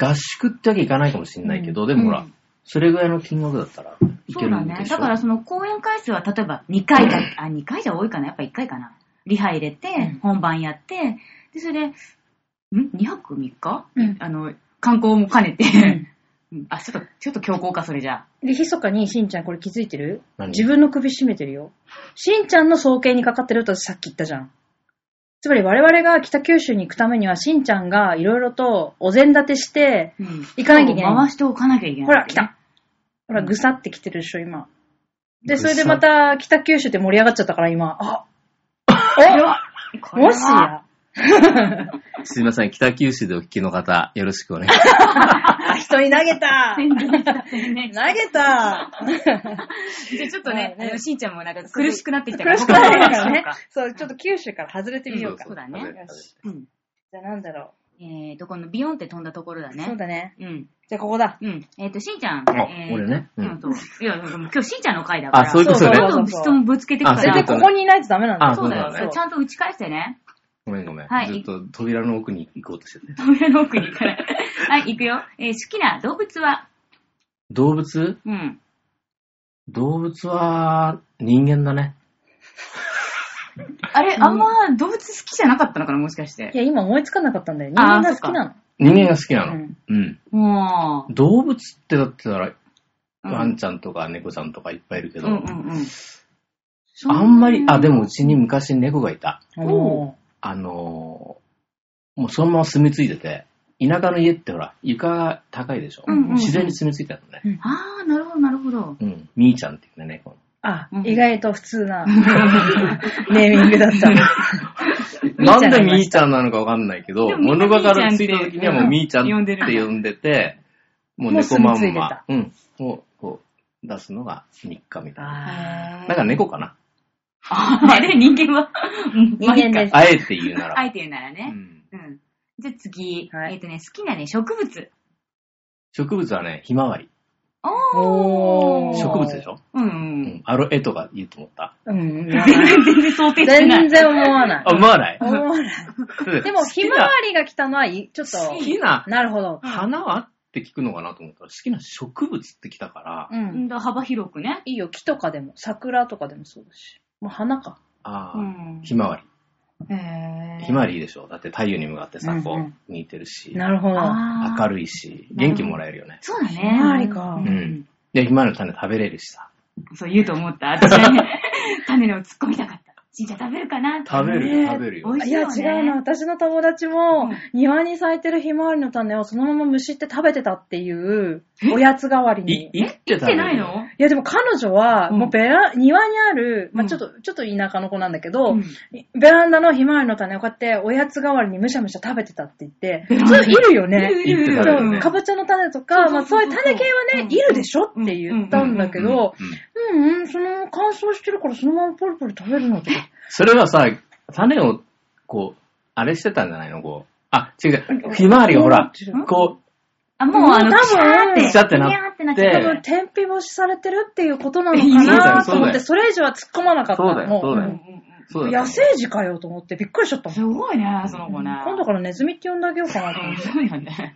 [SPEAKER 3] あ、合宿ってわけいかないかもしれないけど、でもほ
[SPEAKER 1] う
[SPEAKER 3] ら、
[SPEAKER 1] ん
[SPEAKER 3] それぐらいの金額だったらい
[SPEAKER 1] そ
[SPEAKER 3] け
[SPEAKER 1] うだ
[SPEAKER 3] るんで
[SPEAKER 1] ね。
[SPEAKER 3] しょ
[SPEAKER 1] だからその公演回数は例えば2回だ、あ、2回じゃ多いかな。やっぱ1回かな。リハ入れて、
[SPEAKER 2] うん
[SPEAKER 1] 本番やって、で、それで、ん ?2 泊3日、
[SPEAKER 2] うん
[SPEAKER 1] あの、観光も兼ねて、うんあ、ちょっと、ちょっと強行か、それじゃあ。
[SPEAKER 2] で、ひそかにしんちゃんこれ気づいてる
[SPEAKER 3] 何
[SPEAKER 2] 自分の首絞めてるよ。しんちゃんの総計にかかってるとさっき言ったじゃん。つまり我々が北九州に行くためには、しんちゃんがいろいろとお膳立てして、
[SPEAKER 1] うん
[SPEAKER 2] 行かなきゃいけない
[SPEAKER 1] 回しておかなきゃいけない、
[SPEAKER 2] ほら来た。ほら、
[SPEAKER 1] うん
[SPEAKER 2] ぐさってきてるでしょ、今。で、
[SPEAKER 3] ぐ
[SPEAKER 2] それ
[SPEAKER 3] さ
[SPEAKER 2] でまた北九州って盛り上がっちゃったから、今。あ
[SPEAKER 1] これは、これは
[SPEAKER 2] もしや。
[SPEAKER 3] すいません、北九州でお聞きの方、よろしくお願いします。
[SPEAKER 2] あ、人に投げ た
[SPEAKER 1] 宣伝した宣伝し た
[SPEAKER 2] 投げた
[SPEAKER 1] じゃあちょっとね、
[SPEAKER 2] まあね
[SPEAKER 1] あのしんちゃんもなんか苦しくなってきたから、
[SPEAKER 2] 苦しくなるから
[SPEAKER 1] ここで
[SPEAKER 2] ね
[SPEAKER 1] やりましょうか。
[SPEAKER 2] そう、ちょっと九州から外れてみようか。
[SPEAKER 1] そうだね
[SPEAKER 2] よし。じゃあなんだろ
[SPEAKER 1] うん。えーと、このビヨンって飛んだところだ
[SPEAKER 2] う。
[SPEAKER 1] ね。
[SPEAKER 2] そうだね。
[SPEAKER 1] うん。
[SPEAKER 2] じゃあここだ。
[SPEAKER 1] うん。えっ、と、しんちゃん。
[SPEAKER 3] あ
[SPEAKER 1] えー
[SPEAKER 3] 俺ね
[SPEAKER 1] う
[SPEAKER 3] うん
[SPEAKER 1] ん、そう。いや、でも今日しんちゃんの回だから。
[SPEAKER 3] あそういうことね
[SPEAKER 1] どんどん質問ぶつけてくか
[SPEAKER 3] あそう
[SPEAKER 2] 絶
[SPEAKER 3] いう
[SPEAKER 2] 対
[SPEAKER 1] ら。
[SPEAKER 3] と
[SPEAKER 2] ここにいないとダメなんだ
[SPEAKER 3] あ
[SPEAKER 1] そうだよ。
[SPEAKER 3] そうだね
[SPEAKER 1] ちゃんと打ち返してね。
[SPEAKER 3] ごめんごめん。
[SPEAKER 1] はい
[SPEAKER 3] ずっと扉の奥に行こうとしてて。
[SPEAKER 1] 扉の奥に行くから。 はい、行くよ。えー好きな動物は
[SPEAKER 3] 動物
[SPEAKER 1] うん。
[SPEAKER 3] 動物は人間だね。
[SPEAKER 1] あれ、あんま動物好きじゃなかったのかな、もしかし
[SPEAKER 2] い
[SPEAKER 1] て。
[SPEAKER 2] や、今思いつかなかったんだよ。人
[SPEAKER 1] あー
[SPEAKER 2] 間が好きなの。
[SPEAKER 3] 人間が好きなの。
[SPEAKER 2] う
[SPEAKER 3] うんん。
[SPEAKER 1] もう。
[SPEAKER 3] 動物ってだってたら、
[SPEAKER 1] うん
[SPEAKER 3] ワンちゃんとか猫ちゃんとかいっぱいいるけ
[SPEAKER 1] うん
[SPEAKER 3] ど、
[SPEAKER 1] うんうん。そ
[SPEAKER 3] あんまり、あ、でもうちに昔猫がいた。
[SPEAKER 2] おー
[SPEAKER 3] あのーもうそのまま住み着いてて、田舎の家ってほら、床が高いでしょ。
[SPEAKER 1] うんうんうん
[SPEAKER 3] 自然に住み着いてたのね。
[SPEAKER 1] あー、なるほど、なるほど。
[SPEAKER 3] うん。みーちゃんっていうね、猫の。
[SPEAKER 2] あ
[SPEAKER 1] う、ん
[SPEAKER 2] 意外と普通なネーミングだった。み
[SPEAKER 3] な
[SPEAKER 2] ー
[SPEAKER 3] ん
[SPEAKER 2] ちゃん
[SPEAKER 3] で
[SPEAKER 2] がいました
[SPEAKER 3] みーちゃんなのかわかんないけど
[SPEAKER 1] で、もみんな
[SPEAKER 3] 物心ついた時にはもうみーちゃん
[SPEAKER 1] 呼ん
[SPEAKER 3] っ
[SPEAKER 1] で
[SPEAKER 3] て
[SPEAKER 1] る
[SPEAKER 3] 呼んでて、もう
[SPEAKER 2] もう
[SPEAKER 3] 猫
[SPEAKER 2] 住み
[SPEAKER 3] ま
[SPEAKER 2] 着いて
[SPEAKER 3] ん
[SPEAKER 2] た
[SPEAKER 3] ま、うん、をこう出すのが日課みたいな。
[SPEAKER 2] あ
[SPEAKER 3] だから猫かな。
[SPEAKER 1] あー、あれ、人間は。うん
[SPEAKER 2] 人間です。
[SPEAKER 3] あえて言うな
[SPEAKER 1] あ
[SPEAKER 3] ら。
[SPEAKER 1] えて言うなら
[SPEAKER 3] う
[SPEAKER 1] ね。
[SPEAKER 3] ん
[SPEAKER 1] うん。じゃあ次。
[SPEAKER 2] はい
[SPEAKER 1] えっ、とね、好きなね、植物。
[SPEAKER 3] 植物はね、ひまわり。
[SPEAKER 1] お
[SPEAKER 2] お
[SPEAKER 1] ー。
[SPEAKER 2] ー
[SPEAKER 3] 植物でしょ
[SPEAKER 1] うんう。
[SPEAKER 3] うんん。アロエとか言うと思った。
[SPEAKER 2] ーうん、思わ
[SPEAKER 1] 全
[SPEAKER 2] ない
[SPEAKER 1] 然全然想定してない。
[SPEAKER 2] 全然思わない
[SPEAKER 3] あ、。思わない
[SPEAKER 2] 思わない。 でも、ひまわりが来たのは、いちょっと、
[SPEAKER 3] 好きな
[SPEAKER 2] なるほど。
[SPEAKER 3] 花はって聞くのかなと思ったら、好きな植物って来たから、
[SPEAKER 2] う
[SPEAKER 1] うん
[SPEAKER 2] ん。
[SPEAKER 1] だ幅広くね。
[SPEAKER 2] いいよ、木とかでも、桜とかでもそうだし。もう花か。
[SPEAKER 3] あ
[SPEAKER 1] う
[SPEAKER 3] あ、
[SPEAKER 1] ん。
[SPEAKER 3] ひまわ
[SPEAKER 1] へ
[SPEAKER 3] り。ひま
[SPEAKER 1] わ
[SPEAKER 3] わりいいでしょだって太陽に向かってさ
[SPEAKER 2] うんうん、
[SPEAKER 3] こう、似てるし、
[SPEAKER 2] なるほど。
[SPEAKER 3] 明
[SPEAKER 1] い。
[SPEAKER 3] るいし、元気もらえるよね。
[SPEAKER 1] そうだね。
[SPEAKER 2] ひまわりか
[SPEAKER 1] う
[SPEAKER 3] うんん。で、ひまわりの種食べれるしさ。
[SPEAKER 1] そう言うと思った。私は ね、種を突っ込みたかった。しんちゃん食べるかな
[SPEAKER 3] 食べる
[SPEAKER 2] ね
[SPEAKER 3] よ、食べる
[SPEAKER 1] 美
[SPEAKER 3] よ。
[SPEAKER 1] 味し
[SPEAKER 2] い
[SPEAKER 1] い
[SPEAKER 2] や、
[SPEAKER 1] よね。
[SPEAKER 2] 違うな。。私の友達も
[SPEAKER 1] うん、
[SPEAKER 2] 庭に咲いてるひまわりの種をそのまま虫って食べてたっていう、おやつ代わりに。
[SPEAKER 3] い、いって
[SPEAKER 1] 来
[SPEAKER 3] 食
[SPEAKER 1] て
[SPEAKER 3] べ
[SPEAKER 1] ない
[SPEAKER 3] る
[SPEAKER 1] の
[SPEAKER 3] よ。
[SPEAKER 2] いや、でも彼女は、
[SPEAKER 1] うん
[SPEAKER 2] もうベラ、庭にある、
[SPEAKER 1] う
[SPEAKER 2] まあ
[SPEAKER 1] ん
[SPEAKER 2] ちょっと、ちょっと田舎の子なんだけど、
[SPEAKER 1] うん
[SPEAKER 2] ベランダのひまわりの種をこうやって、おやつ代わりにむしゃむしゃ食べてたって言って、
[SPEAKER 1] ベラン
[SPEAKER 2] そ
[SPEAKER 1] ダ
[SPEAKER 2] れいるよね。
[SPEAKER 1] いるいるいる
[SPEAKER 3] 行って食べる
[SPEAKER 2] そう、
[SPEAKER 3] ね
[SPEAKER 2] かぼちゃの種と
[SPEAKER 1] そう
[SPEAKER 2] か、
[SPEAKER 1] そうそう
[SPEAKER 2] まあそういう種系は
[SPEAKER 1] う
[SPEAKER 2] ね、
[SPEAKER 1] ん
[SPEAKER 2] いるでしょって言ったんだけ
[SPEAKER 3] うんうん
[SPEAKER 2] ど、
[SPEAKER 3] うん
[SPEAKER 2] うんうん、そのまま乾燥してるからそのままポリポリ食べるのとか。
[SPEAKER 3] それはさ、種を、こう、あれしてたんじゃないのこう。あ、違う。ひまわりがほら、
[SPEAKER 1] ん
[SPEAKER 3] こ
[SPEAKER 1] あ、もうあの、
[SPEAKER 2] もう多分
[SPEAKER 1] ピシャーって。
[SPEAKER 3] ピシャってなって
[SPEAKER 1] ピシャってなっちゃう
[SPEAKER 2] 多
[SPEAKER 3] ええ
[SPEAKER 2] 分、天日干しされてるっていうことなのかなと思って、それ以上は突っ込まなかった。
[SPEAKER 3] そうだよ
[SPEAKER 2] も
[SPEAKER 3] そうだ
[SPEAKER 1] うんう
[SPEAKER 3] よ
[SPEAKER 1] んうん
[SPEAKER 3] そうだ
[SPEAKER 2] 野
[SPEAKER 3] ね。
[SPEAKER 2] 生児かよと思ってびっくりしちゃったもん。
[SPEAKER 1] すごいね、その子ね。
[SPEAKER 2] 今度からネズミって呼んであげようかなと思って。
[SPEAKER 1] すごいよね。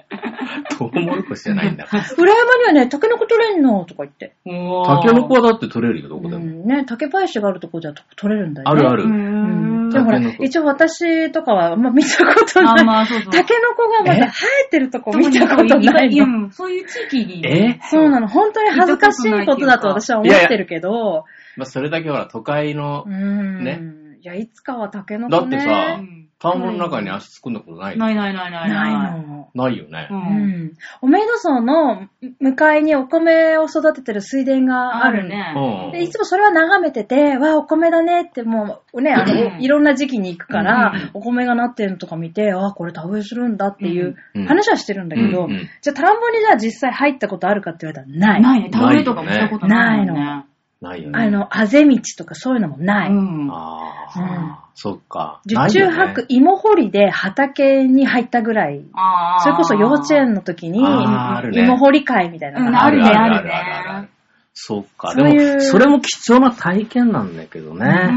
[SPEAKER 3] トウモロコシじゃないんだ から。
[SPEAKER 2] 裏山にはね、タケノコ取れんのとか言って。
[SPEAKER 1] お
[SPEAKER 3] タケノコはだって取れるよ、どこで
[SPEAKER 2] う
[SPEAKER 3] も。
[SPEAKER 2] ん、ね、竹林があるとこじゃと取れるんだよ
[SPEAKER 3] あ
[SPEAKER 2] ね。
[SPEAKER 3] るあ
[SPEAKER 1] う
[SPEAKER 3] る。
[SPEAKER 2] うん。
[SPEAKER 1] ん。
[SPEAKER 2] でもほら
[SPEAKER 3] タケノ、コ
[SPEAKER 2] 一応私とかはあんま見たこと
[SPEAKER 1] あ
[SPEAKER 2] ない。
[SPEAKER 1] んまあ、そうそう。
[SPEAKER 2] タケノコがまだ生えてるとこ見たことないの。
[SPEAKER 1] の。そういう地域に。
[SPEAKER 3] え
[SPEAKER 2] そうなの。本当に恥ずかしいことだと私は思ってるけど、
[SPEAKER 3] まあ、それだけほら、都会の
[SPEAKER 2] うーん。
[SPEAKER 3] ね
[SPEAKER 2] いや、いつかはタケノコね。
[SPEAKER 3] だっ
[SPEAKER 1] う
[SPEAKER 3] て
[SPEAKER 1] ん
[SPEAKER 3] 田んぼの中に足突っ込んだことない。
[SPEAKER 1] ないないないない
[SPEAKER 2] ない
[SPEAKER 1] い。
[SPEAKER 2] の。
[SPEAKER 3] ないよね
[SPEAKER 1] う。。
[SPEAKER 2] うんん。おめ戸荘の向かいにお米を育ててる水田があ
[SPEAKER 1] あ
[SPEAKER 2] る
[SPEAKER 1] る
[SPEAKER 2] ね。
[SPEAKER 1] ね。
[SPEAKER 3] うん。
[SPEAKER 2] でいつもそれは眺めてて、わあ、お米だねって、もうね、あ
[SPEAKER 1] う
[SPEAKER 2] の、
[SPEAKER 1] ん
[SPEAKER 2] いろんな時期に行くから
[SPEAKER 3] うん、
[SPEAKER 2] お米がなってるのとか見て、ああ、これ田植えするんだっていう
[SPEAKER 3] うん
[SPEAKER 2] 話はしてるんだけど、
[SPEAKER 3] うんうん
[SPEAKER 2] じゃあ田んぼにじゃあ実際入ったことあるかって言われたらない。
[SPEAKER 1] ないね。田植えとかもしたことないもんね。
[SPEAKER 2] な
[SPEAKER 3] ないよ
[SPEAKER 2] あ
[SPEAKER 3] ね。
[SPEAKER 2] の、あぜ道とかそういうのもない。
[SPEAKER 1] うん。
[SPEAKER 3] あ
[SPEAKER 2] うん
[SPEAKER 3] あ、そっか。
[SPEAKER 2] 受注博、芋掘りで畑に入ったぐらい。
[SPEAKER 1] あー
[SPEAKER 2] それこそ幼稚園の時に、
[SPEAKER 3] あーあるね
[SPEAKER 2] 芋掘り会みたいなの
[SPEAKER 1] うん
[SPEAKER 2] が
[SPEAKER 1] あるね
[SPEAKER 3] ある
[SPEAKER 1] あるね
[SPEAKER 3] あるそっか。
[SPEAKER 2] そ
[SPEAKER 3] で
[SPEAKER 2] ういう
[SPEAKER 3] も、それも貴重な体験なんだけどね。
[SPEAKER 1] う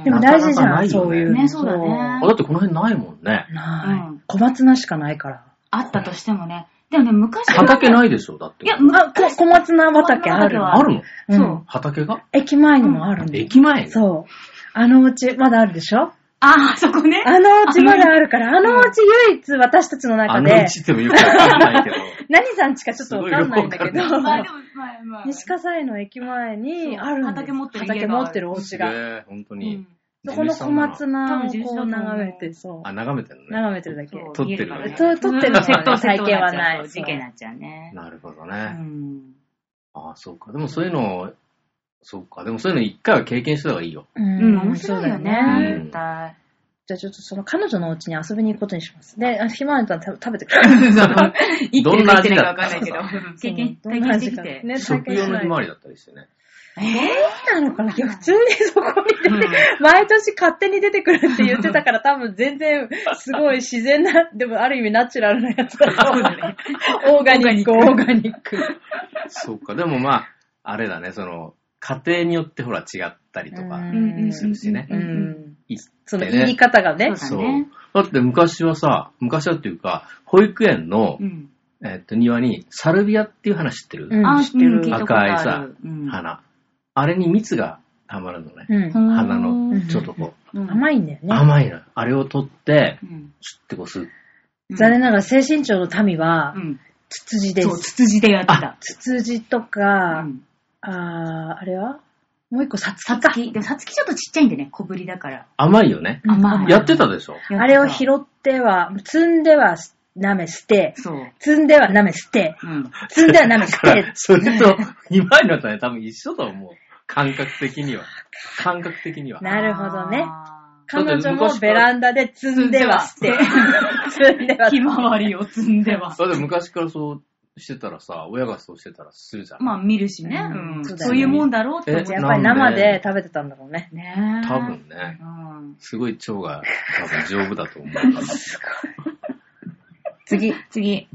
[SPEAKER 1] ん。
[SPEAKER 2] でも大事じ
[SPEAKER 3] なかな
[SPEAKER 2] ゃん、
[SPEAKER 3] かないよね
[SPEAKER 2] そういうの。
[SPEAKER 1] ねそうだね
[SPEAKER 3] あだってこの辺ないもんね。
[SPEAKER 2] な
[SPEAKER 1] う
[SPEAKER 2] い
[SPEAKER 1] ん。
[SPEAKER 2] 小松菜しかないから。
[SPEAKER 1] あったとしてもね。でもね、昔はね。
[SPEAKER 3] 畑ないでしょ、だって。
[SPEAKER 1] いや、
[SPEAKER 2] あ、こ
[SPEAKER 1] 昔
[SPEAKER 2] 小松菜畑あ
[SPEAKER 1] 小松菜畑。
[SPEAKER 2] る
[SPEAKER 1] は
[SPEAKER 3] あるの
[SPEAKER 2] うん
[SPEAKER 1] そう。
[SPEAKER 3] 畑が
[SPEAKER 2] 駅前にもあるんだよ
[SPEAKER 3] 駅前に
[SPEAKER 2] そう。あのうち、まだあるでしょ
[SPEAKER 1] ああ、そこね。
[SPEAKER 2] あのうちまだあるから、あのうち唯一私たちの
[SPEAKER 3] あ
[SPEAKER 2] 中
[SPEAKER 3] のう
[SPEAKER 2] で、
[SPEAKER 3] ちでもよくわかんない けど。
[SPEAKER 2] 何さんちかちょっとわかんないんだけど
[SPEAKER 3] す、ごいよ
[SPEAKER 1] まあでも、まあまあ。
[SPEAKER 2] 西葛西の駅前にあるんだよ
[SPEAKER 1] そう畑持ってる家がある
[SPEAKER 2] 畑持ってるお家が。
[SPEAKER 3] ね本当
[SPEAKER 1] う
[SPEAKER 3] に
[SPEAKER 1] ん。。
[SPEAKER 2] そこの小松菜を
[SPEAKER 1] 地主
[SPEAKER 2] こ
[SPEAKER 1] さ
[SPEAKER 2] うん
[SPEAKER 1] なの
[SPEAKER 2] 眺めて、そ
[SPEAKER 3] あ、眺めてる
[SPEAKER 2] う。
[SPEAKER 3] ね。
[SPEAKER 2] 眺めてるだけ。
[SPEAKER 1] そう
[SPEAKER 3] 撮ってるよね
[SPEAKER 1] 見えから
[SPEAKER 2] と撮ってるのはね
[SPEAKER 1] 窃盗
[SPEAKER 2] 体験はない
[SPEAKER 1] 窃盗にっちゃうそう事件になっちゃうね。
[SPEAKER 3] なるほど
[SPEAKER 1] う
[SPEAKER 3] ね。
[SPEAKER 1] ん。
[SPEAKER 3] ああ、そうか。でもそういうのを、そうか。でもそういうの一回は経験した方がい いよ。
[SPEAKER 2] う
[SPEAKER 1] うん、面白いよ
[SPEAKER 3] そうだ
[SPEAKER 1] ね
[SPEAKER 3] よね。
[SPEAKER 1] 絶対。
[SPEAKER 2] じゃあちょっとその彼女のお家に遊びに行くことにします。で、あ暇なったら食食べてく
[SPEAKER 1] あ
[SPEAKER 2] れ。
[SPEAKER 1] の生きて
[SPEAKER 3] どん
[SPEAKER 1] るか
[SPEAKER 3] な
[SPEAKER 1] 生きて
[SPEAKER 3] 味
[SPEAKER 1] ないか
[SPEAKER 3] だ
[SPEAKER 1] わ
[SPEAKER 3] っ
[SPEAKER 1] か
[SPEAKER 3] た
[SPEAKER 1] んないけど。経験、
[SPEAKER 2] そうどん
[SPEAKER 1] 体
[SPEAKER 2] な
[SPEAKER 1] 験して
[SPEAKER 2] 味
[SPEAKER 1] き
[SPEAKER 2] か
[SPEAKER 1] て。
[SPEAKER 2] ね、体
[SPEAKER 3] 食
[SPEAKER 2] 験
[SPEAKER 3] 用
[SPEAKER 2] し
[SPEAKER 3] の
[SPEAKER 2] な
[SPEAKER 3] ひ
[SPEAKER 2] い
[SPEAKER 3] ま
[SPEAKER 2] と。
[SPEAKER 3] わりだったりしてね。
[SPEAKER 2] そうなのかないや、普通にそこに出 て、毎年勝手に出てくるって言ってたから多分全然すごい自然な、でもある意味ナチュラルなやつだと思う。オーガニック、オーガニック。
[SPEAKER 3] そうか。でもまあ、あれだね、その、家庭によってほら違ったりとか。
[SPEAKER 1] うん
[SPEAKER 3] するしね
[SPEAKER 2] う
[SPEAKER 1] うん
[SPEAKER 2] ん。
[SPEAKER 3] 行ってね
[SPEAKER 2] その言い方がね。
[SPEAKER 1] そうだね
[SPEAKER 3] そうだって昔はさ、昔はっていうか、保育園の
[SPEAKER 1] う、ん。
[SPEAKER 3] えっと、庭に、サルビアっていう花知ってる、
[SPEAKER 2] うん
[SPEAKER 1] あ、うん
[SPEAKER 2] 知ってる
[SPEAKER 1] 聞いたこと
[SPEAKER 3] 赤い
[SPEAKER 1] あ
[SPEAKER 3] さ
[SPEAKER 1] る。うん
[SPEAKER 3] 花。あれに蜜がたまるのね。
[SPEAKER 2] うん。
[SPEAKER 3] 花の
[SPEAKER 2] うん
[SPEAKER 3] ちょっとこ
[SPEAKER 1] うん
[SPEAKER 2] 甘いんだよ
[SPEAKER 3] う、
[SPEAKER 2] ね。
[SPEAKER 3] 甘いの。あれを取って、
[SPEAKER 1] うん
[SPEAKER 3] シュッてこうする。
[SPEAKER 2] 残念ながら精神庁の民は
[SPEAKER 1] う、ん。
[SPEAKER 2] ツツジで
[SPEAKER 1] そう、
[SPEAKER 2] す。
[SPEAKER 1] ツツジでやってた。
[SPEAKER 2] ツツジと
[SPEAKER 1] う
[SPEAKER 2] か、
[SPEAKER 1] ん
[SPEAKER 2] あー、あれはもう一個サツ
[SPEAKER 1] さ
[SPEAKER 2] キ
[SPEAKER 1] つ
[SPEAKER 2] か。
[SPEAKER 1] き。でもさつきちょっとちっちゃいんでね、小ぶりだから。
[SPEAKER 3] 甘いよね。
[SPEAKER 2] うん
[SPEAKER 1] 甘い
[SPEAKER 3] やってたでしょ
[SPEAKER 2] あれを拾っては、積んでは舐め捨て、
[SPEAKER 1] そう。
[SPEAKER 2] 積んでは舐め捨て、
[SPEAKER 1] うん。
[SPEAKER 2] 積んでは舐め 捨
[SPEAKER 3] だか
[SPEAKER 2] て
[SPEAKER 3] ら、。それと、今のとね、多分一緒だと思う。感覚的には。感覚的には。
[SPEAKER 2] なるほどね。
[SPEAKER 1] あ
[SPEAKER 2] 彼女もベランダで積んでは捨て。積んで
[SPEAKER 1] ー
[SPEAKER 2] は捨
[SPEAKER 1] ひ
[SPEAKER 2] て。
[SPEAKER 1] まわりを摘んでは。
[SPEAKER 3] だって昔からそうしてたらさ、親がそうしてたらするじゃん。
[SPEAKER 1] まあ見るしね。
[SPEAKER 2] うん
[SPEAKER 1] うん
[SPEAKER 2] そうだよ
[SPEAKER 1] そ
[SPEAKER 2] ね
[SPEAKER 1] ういうもんだろうって思っ
[SPEAKER 3] え
[SPEAKER 1] て
[SPEAKER 2] やっぱり生で食べてたんだろうね。
[SPEAKER 1] ねえ
[SPEAKER 3] 多分ね。
[SPEAKER 1] うん。
[SPEAKER 3] すごい腸が多分丈夫だと思うから。
[SPEAKER 1] 次。次。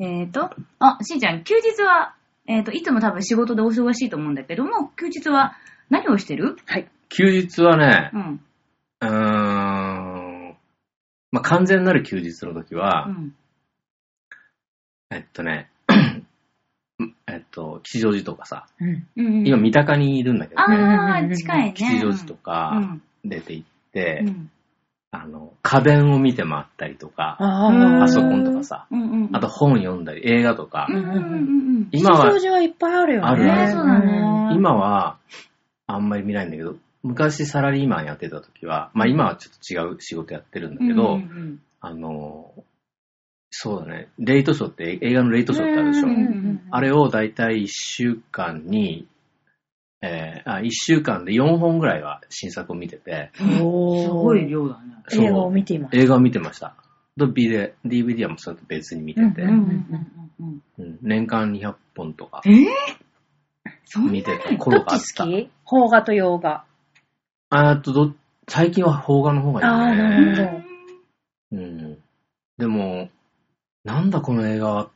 [SPEAKER 1] えっ、と、あ、しんちゃん、休日は、えっ、と、いつも多分仕事でお忙しいと思うんだけども、休日は何をしてる
[SPEAKER 2] はい。
[SPEAKER 3] 休日はね、
[SPEAKER 1] うん。
[SPEAKER 3] うーん、まあ、完全なる休日の時は、
[SPEAKER 1] うん。
[SPEAKER 3] えっとね、 えっと、吉祥寺とかさ、
[SPEAKER 2] うん。
[SPEAKER 1] うん
[SPEAKER 3] 今三鷹にいるんだけどね、
[SPEAKER 1] ああ、近いね。
[SPEAKER 3] 吉祥寺と
[SPEAKER 1] う
[SPEAKER 3] か
[SPEAKER 1] ん。
[SPEAKER 3] 出て行って、
[SPEAKER 1] うん。
[SPEAKER 3] あの、家電を見て回ったりとか、
[SPEAKER 1] うん
[SPEAKER 2] あ
[SPEAKER 3] パ
[SPEAKER 2] あ、
[SPEAKER 3] ソコンとかさ、
[SPEAKER 1] うんうんうん。
[SPEAKER 3] あと、本読んだり、映画とか
[SPEAKER 1] う、んうんうん
[SPEAKER 2] 吉
[SPEAKER 3] 今は
[SPEAKER 2] 祥寺はいっぱいあるよね。
[SPEAKER 3] あるある
[SPEAKER 1] そうだね
[SPEAKER 3] 今はあんまり見ないんだけど、昔サラリーマンやってた時は、まあ今はちょっと違う仕事やってるんだ
[SPEAKER 1] うん。
[SPEAKER 3] けど、
[SPEAKER 1] うんうん
[SPEAKER 3] あの、そうだね、レイトショーって映画のレイトショーってあるでしょ。
[SPEAKER 1] うんうん
[SPEAKER 3] あれをだいたい1週間に、えーあ、1週間で4本ぐらいは新作を見てて、
[SPEAKER 1] うん。す
[SPEAKER 2] す
[SPEAKER 1] ごい量だね。
[SPEAKER 3] そう
[SPEAKER 2] 映画を見ています。
[SPEAKER 3] 映画を見てました。と、ビデ DVD はもうそれと別に見てて、
[SPEAKER 2] う
[SPEAKER 1] うんん
[SPEAKER 2] う
[SPEAKER 1] うんん
[SPEAKER 2] う
[SPEAKER 1] うんんうん。
[SPEAKER 3] うん年間200本とか
[SPEAKER 1] えぇそんな
[SPEAKER 3] 見てた
[SPEAKER 2] ど
[SPEAKER 3] 頃
[SPEAKER 2] っ
[SPEAKER 3] があっ
[SPEAKER 2] ち
[SPEAKER 3] た
[SPEAKER 2] 好。き邦画と洋画。
[SPEAKER 3] あーっとど、最近は邦画の方がいいね。
[SPEAKER 2] あーなるほど
[SPEAKER 3] うん。でも、なんだこの映画は、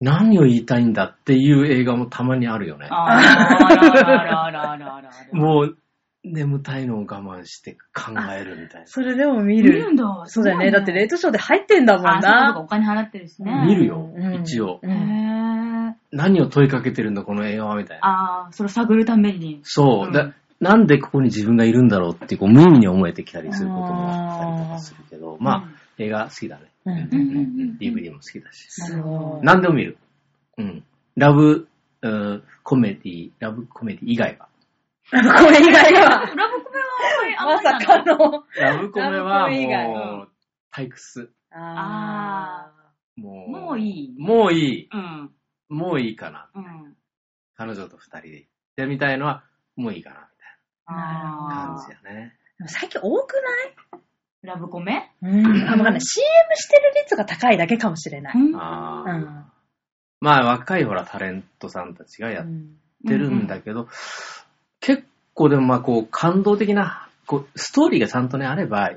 [SPEAKER 3] 何を言いたいんだっていう映画もたまにあるよね。
[SPEAKER 1] あらあらあらあらあらあら。
[SPEAKER 3] もう、眠たいのを我慢して考えるみたい
[SPEAKER 2] それでも見
[SPEAKER 1] 見る
[SPEAKER 2] る。
[SPEAKER 1] んだ。
[SPEAKER 2] そうだよね。だって
[SPEAKER 1] レ
[SPEAKER 2] レートショーで入ってんだもん
[SPEAKER 1] あ、そうかそうか
[SPEAKER 2] な。
[SPEAKER 1] お金払ってるしね。
[SPEAKER 3] な。見るよ
[SPEAKER 2] う、ん
[SPEAKER 3] 一応。
[SPEAKER 2] う
[SPEAKER 1] へ
[SPEAKER 2] ん
[SPEAKER 1] ー。
[SPEAKER 3] 何を問いかけてるんだ、この映画は、みたいな。
[SPEAKER 1] あー、それを探るために。
[SPEAKER 3] そうう。
[SPEAKER 1] ん
[SPEAKER 3] だなんでここに自分がいるんだろうって、こう、無意味に思えてきたりすることもあったりとかするけど、まあ、映画好きだね。
[SPEAKER 2] うん
[SPEAKER 3] うんうん
[SPEAKER 1] うん
[SPEAKER 3] DVD も好きだし。
[SPEAKER 2] すごい。
[SPEAKER 3] 何でも見る。うん。ラブ、うんコメディ、ラブコメディ以外は。
[SPEAKER 2] これ以外は、
[SPEAKER 1] ラブコメはあんまり、あんま
[SPEAKER 2] ま
[SPEAKER 1] りな
[SPEAKER 2] さ
[SPEAKER 1] の
[SPEAKER 2] かの。
[SPEAKER 3] ラブコメは
[SPEAKER 2] ラブコメ以外
[SPEAKER 3] もう、退屈。
[SPEAKER 1] あ
[SPEAKER 3] もう、
[SPEAKER 1] もういい。
[SPEAKER 3] もういい。
[SPEAKER 1] うん。
[SPEAKER 3] もういいかな。
[SPEAKER 1] うん。
[SPEAKER 3] 彼女と二人で行ってみたいのは、もういいかな、みたいな
[SPEAKER 1] あ
[SPEAKER 3] 感じやね。
[SPEAKER 2] ー最近多く
[SPEAKER 1] ーラブコメ
[SPEAKER 2] ないうん。あ、わかんない。CM してる率が高いだけかもしれない。
[SPEAKER 3] あ
[SPEAKER 2] う
[SPEAKER 3] あ。
[SPEAKER 2] ん。
[SPEAKER 3] まあ、若いほら、タレントさんたちがやっ
[SPEAKER 2] うん
[SPEAKER 3] てるんだけど、結構でもまあ、こう、感動的な、こう、ストーリーがちゃんとね、あれば、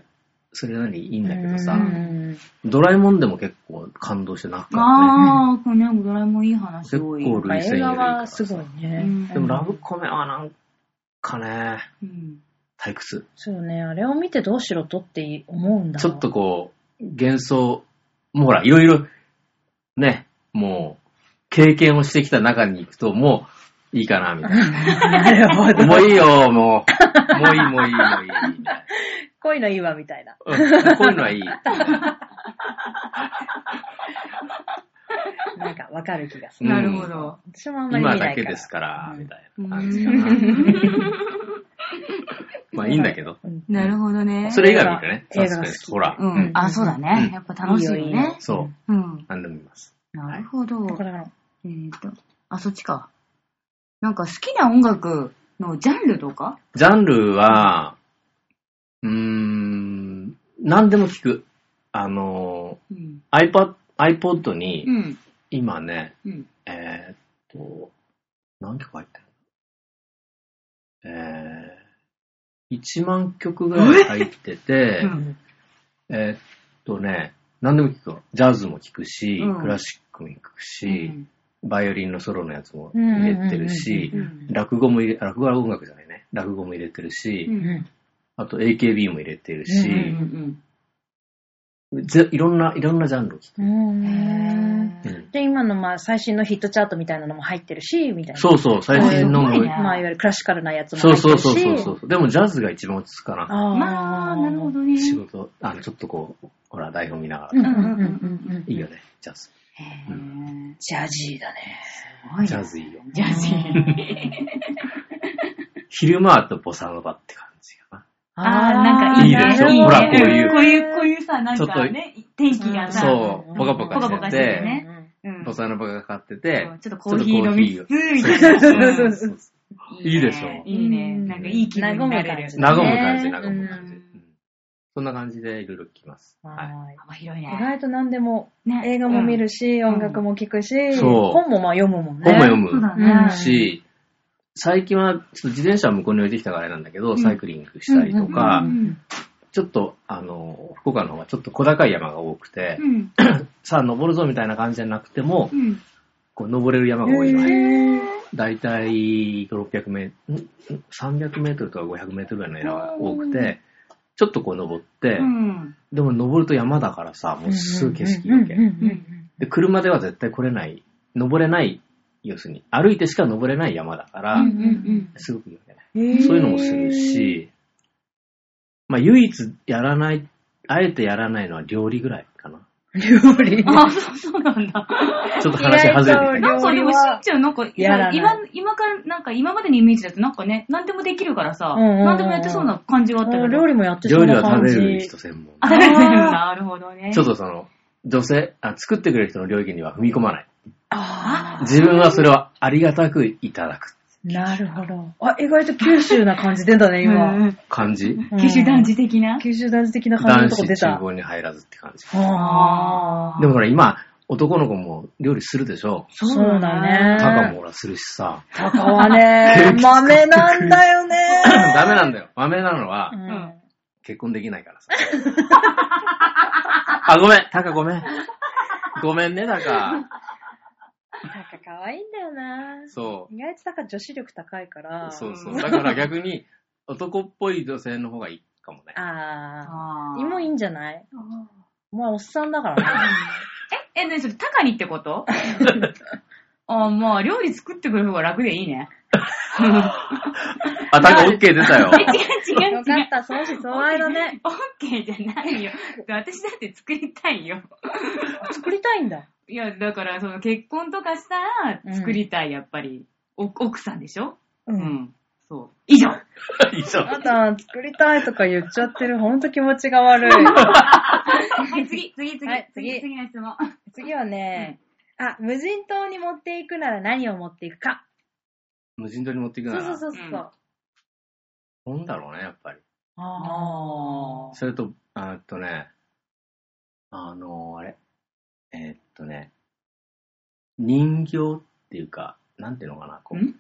[SPEAKER 3] それなりにいいんだけど
[SPEAKER 2] う
[SPEAKER 3] さ、
[SPEAKER 2] ん
[SPEAKER 3] ドラえもんでも結構感動してなかったね。
[SPEAKER 1] ああ、これね、ドラえもんいい話多い。
[SPEAKER 3] 結構
[SPEAKER 2] まあ映画はすごい
[SPEAKER 1] うん
[SPEAKER 2] ね。
[SPEAKER 3] でも、ラブコメはなんかね、
[SPEAKER 1] うん
[SPEAKER 3] 退屈。
[SPEAKER 2] そうね、あれを見てどうしろとって思うんだ。
[SPEAKER 3] ちょ っと。こう、幻想、もうほら、いろいろ、ね、もう、経験をしてきた中に行くと、もう、いいかな、みたいな。
[SPEAKER 2] なるほど。
[SPEAKER 3] もういいよ、もう。もういい、もういい、もういい。みたい
[SPEAKER 2] こういうのいいわ、みたいな。
[SPEAKER 3] なうんこういうのはいい。みたいな
[SPEAKER 2] なんかわかる気がす
[SPEAKER 3] うん
[SPEAKER 2] る。
[SPEAKER 1] なるほど。
[SPEAKER 2] 私もあんまり
[SPEAKER 3] 今
[SPEAKER 2] 見な
[SPEAKER 3] だ
[SPEAKER 2] い
[SPEAKER 3] け
[SPEAKER 2] から。
[SPEAKER 3] ですから、
[SPEAKER 2] うん
[SPEAKER 3] みたい
[SPEAKER 1] うん
[SPEAKER 3] な感じかな。 まあいいんだけど。
[SPEAKER 2] うん。
[SPEAKER 1] なるほどね。
[SPEAKER 3] それ以外見てね。
[SPEAKER 2] 映画が好き
[SPEAKER 3] サスペンスほら。
[SPEAKER 1] う
[SPEAKER 3] うん
[SPEAKER 1] ん。あ、そうだね
[SPEAKER 3] う。ん
[SPEAKER 1] やっぱ楽しいよ
[SPEAKER 2] いいよいいよ
[SPEAKER 1] ね。
[SPEAKER 3] そう。
[SPEAKER 1] うん。
[SPEAKER 3] 何でも見ます。
[SPEAKER 1] なるほど。
[SPEAKER 2] これあの、
[SPEAKER 1] えーと、あ、そっちか。なんか好きな音楽のジャンルとか
[SPEAKER 3] ジャンルは、うーん、何でも聞く。あの、
[SPEAKER 1] うん。
[SPEAKER 3] iPod、iPod に、
[SPEAKER 1] うん。
[SPEAKER 3] 今ね、
[SPEAKER 1] うん。
[SPEAKER 3] えーっと、何曲入ってるえー、1万曲ぐらい入ってて、
[SPEAKER 1] うん
[SPEAKER 3] えーっとね、何でも聞くよ。ジャズも聞くし、
[SPEAKER 1] うん
[SPEAKER 3] クラシックも聞く
[SPEAKER 1] う
[SPEAKER 3] し、
[SPEAKER 1] ん。
[SPEAKER 3] バイオリンのソロのやつも入れてるし
[SPEAKER 1] う、ん。
[SPEAKER 3] 落語も入れ、落語は音楽じゃないね。落語も入れてるし、
[SPEAKER 1] うん
[SPEAKER 2] うん
[SPEAKER 3] あと AKB も入れてる
[SPEAKER 1] う
[SPEAKER 3] し、
[SPEAKER 1] ん。
[SPEAKER 3] ぜいろんな、いろんなジャンルを聞く。
[SPEAKER 2] うん。
[SPEAKER 1] へ
[SPEAKER 3] う
[SPEAKER 1] ー
[SPEAKER 3] ん
[SPEAKER 2] で、今のまあ最新のヒットチャートみたいなのも入ってるし、みたいな。
[SPEAKER 3] そうそう、最新の
[SPEAKER 1] すごい
[SPEAKER 3] も
[SPEAKER 1] ね。
[SPEAKER 2] まあいわゆるクラシカルなやつも
[SPEAKER 3] そ
[SPEAKER 2] 入
[SPEAKER 3] う
[SPEAKER 2] って
[SPEAKER 3] そ
[SPEAKER 2] る
[SPEAKER 3] う
[SPEAKER 2] し。
[SPEAKER 3] そうそうそう。でもジャズが一番落ち着くかな。
[SPEAKER 2] あー
[SPEAKER 1] まあ、なるほどね。
[SPEAKER 3] 仕事、あの、ちょっとこう、ほら、台本見なが
[SPEAKER 2] うん
[SPEAKER 3] ら。
[SPEAKER 2] うんうんうんうん。
[SPEAKER 3] いいよね、ジャズ。
[SPEAKER 1] へ
[SPEAKER 3] う
[SPEAKER 1] ー
[SPEAKER 2] ジャジーだね。
[SPEAKER 1] すごいな
[SPEAKER 3] ジャズいいよ。
[SPEAKER 1] ジャズ。
[SPEAKER 3] 昼間はとボサノバって感じか
[SPEAKER 1] あー、なんかいい
[SPEAKER 3] いいでしょ
[SPEAKER 1] な
[SPEAKER 3] ほらこういう
[SPEAKER 1] こういう、こういうさ、なん
[SPEAKER 3] ちょっと
[SPEAKER 1] かね、天気が
[SPEAKER 3] な。
[SPEAKER 1] さ、
[SPEAKER 3] そう、ポカポ
[SPEAKER 1] ポカポ
[SPEAKER 3] カ
[SPEAKER 1] カ
[SPEAKER 3] し
[SPEAKER 1] してて
[SPEAKER 3] て、
[SPEAKER 1] てね。うん
[SPEAKER 3] ボサノバがかかって
[SPEAKER 1] そ
[SPEAKER 3] て
[SPEAKER 1] う、ちょっとコーヒー飲み
[SPEAKER 3] ちょ
[SPEAKER 1] つ
[SPEAKER 3] っ
[SPEAKER 1] つ、み
[SPEAKER 3] とコーヒー
[SPEAKER 1] たいな。
[SPEAKER 2] そうそううんそう。
[SPEAKER 3] いいでしょ
[SPEAKER 1] いいね。
[SPEAKER 2] うん
[SPEAKER 1] なんかいい気分になれる。
[SPEAKER 2] 和む
[SPEAKER 3] 和む
[SPEAKER 2] ね
[SPEAKER 3] 感じ、和む感じ。
[SPEAKER 2] う
[SPEAKER 3] うんんそんな感じでいろいろ聞きます。は
[SPEAKER 2] は
[SPEAKER 1] 幅広い
[SPEAKER 2] い意
[SPEAKER 1] ね。
[SPEAKER 2] 外と何でも、
[SPEAKER 1] ね
[SPEAKER 2] 映画も見るし、
[SPEAKER 1] ん
[SPEAKER 2] 音楽も聴くし、
[SPEAKER 3] そう
[SPEAKER 2] 本もまあ読むもん
[SPEAKER 3] い。
[SPEAKER 2] ね。
[SPEAKER 3] 本も読
[SPEAKER 1] うんそう
[SPEAKER 3] む
[SPEAKER 1] だね。
[SPEAKER 3] し、最近は、ちょっと自転車は向こうに置いてきたからあれなんだけど、サイクリングしたりと
[SPEAKER 1] う
[SPEAKER 3] か
[SPEAKER 1] ん、うん
[SPEAKER 3] ちょっと、あの、福岡の方はちょっと小高い山が多くて
[SPEAKER 1] う、ん。
[SPEAKER 3] さあ登るぞみたいな感じじゃなくても
[SPEAKER 1] う、ん。
[SPEAKER 3] こう登れる山が多いのね。
[SPEAKER 2] へー
[SPEAKER 3] だいたい600メートル、300メートルとか500メートルぐらいの山が多くて、ちょっとこう登って
[SPEAKER 1] う、ん。
[SPEAKER 3] でも登ると山だからさ、もうすぐ景色いいわけ
[SPEAKER 2] うんう。んうん
[SPEAKER 3] で、車では絶対来れない、登れない、要するに、歩いてしか登れない山だから
[SPEAKER 1] うん、うん
[SPEAKER 3] すごくいいわけね。
[SPEAKER 2] うんうん
[SPEAKER 3] そういうのもする。し、まあ唯一やらない、あえてやらないのは料理ぐらいかな。
[SPEAKER 2] 料理
[SPEAKER 1] うん。あ、そうそうなんだ。
[SPEAKER 3] ちょっと話外れてきた
[SPEAKER 1] なんかでもしんちゃんなんか、
[SPEAKER 2] やらない
[SPEAKER 1] 今、今から、なんか今までのイメージだとなんかね、何でもできるからさ、
[SPEAKER 2] うんうんうん
[SPEAKER 1] 何でもやってそうな感じはあったけど。
[SPEAKER 2] 料理もやって
[SPEAKER 3] 料
[SPEAKER 2] そう
[SPEAKER 3] 理
[SPEAKER 2] な
[SPEAKER 3] は食
[SPEAKER 2] 感
[SPEAKER 3] べ
[SPEAKER 2] じ。
[SPEAKER 3] る人専門。
[SPEAKER 1] あ、なるほどね。
[SPEAKER 3] ちょっとその、女性あ、作ってくれる人の領域には踏み込まない。
[SPEAKER 2] あ
[SPEAKER 3] 自分はそれをありがたくいただく
[SPEAKER 2] あ、なるほど。あ、意外と九州な感じ出たね、
[SPEAKER 1] うんう
[SPEAKER 2] 今。
[SPEAKER 1] ん
[SPEAKER 3] 感じ。
[SPEAKER 1] 九州男児的な。
[SPEAKER 2] 九州男児的な感じの
[SPEAKER 3] 男
[SPEAKER 2] と
[SPEAKER 3] 子
[SPEAKER 2] こ出
[SPEAKER 3] 厨
[SPEAKER 2] た。
[SPEAKER 3] 房に入らずって感じ。
[SPEAKER 2] ああ。
[SPEAKER 3] でもほら今、男の子も料理するでしょ。
[SPEAKER 2] そうだね。
[SPEAKER 3] タカもほらするしさ。
[SPEAKER 2] 高はね、 豆なんだよね。
[SPEAKER 3] ダメなんだよ。豆なのは
[SPEAKER 2] う、ん
[SPEAKER 3] 結婚できないからさ。 あ、ごめん。タカごめん。ごめんね、タカ。
[SPEAKER 2] タカ可愛いんだよな。
[SPEAKER 3] そ
[SPEAKER 2] 意外とタカ女子力高いから。
[SPEAKER 3] う。そうそう。だから逆に、男っぽい女性の方がいいかもね。
[SPEAKER 2] あ
[SPEAKER 1] あ
[SPEAKER 2] ー。
[SPEAKER 1] ー
[SPEAKER 2] 今いいんじゃないまあ、おっさんだからね。
[SPEAKER 1] え、え、何それ、高にってこと あーまあ、料理作ってくれる方が楽でいい ね。
[SPEAKER 3] あ、だから OK 出たよ。
[SPEAKER 1] 違う違う違う。
[SPEAKER 2] よかった、相思相愛だね。
[SPEAKER 1] オッケーじゃないよ。私だって作りたいよ。
[SPEAKER 2] 作りたいんだ。
[SPEAKER 1] いや、だから、その結婚とかした
[SPEAKER 2] うん
[SPEAKER 1] ら、作りたい、やっぱり。お奥さんでしょ
[SPEAKER 2] う
[SPEAKER 1] う。ん。そう。以上
[SPEAKER 3] 以上。
[SPEAKER 2] あなた、作りたいとか言っちゃってる。ほんと気持ちが 悪い。
[SPEAKER 1] はい、次、次、次、
[SPEAKER 2] はい次
[SPEAKER 1] 次、次の質問。
[SPEAKER 2] 次はね、あ、無人島に持っていくなら何を持っていくか。
[SPEAKER 3] 無人島に持っていく
[SPEAKER 2] そ
[SPEAKER 3] な
[SPEAKER 2] う
[SPEAKER 3] ら。
[SPEAKER 2] そうそうそう。
[SPEAKER 3] 本だろうね、やっぱり。
[SPEAKER 2] あ
[SPEAKER 3] それと、あーっとね、あのー、あれ、えーっとね、人形っていうか、なんていうのかな、こう、
[SPEAKER 1] ん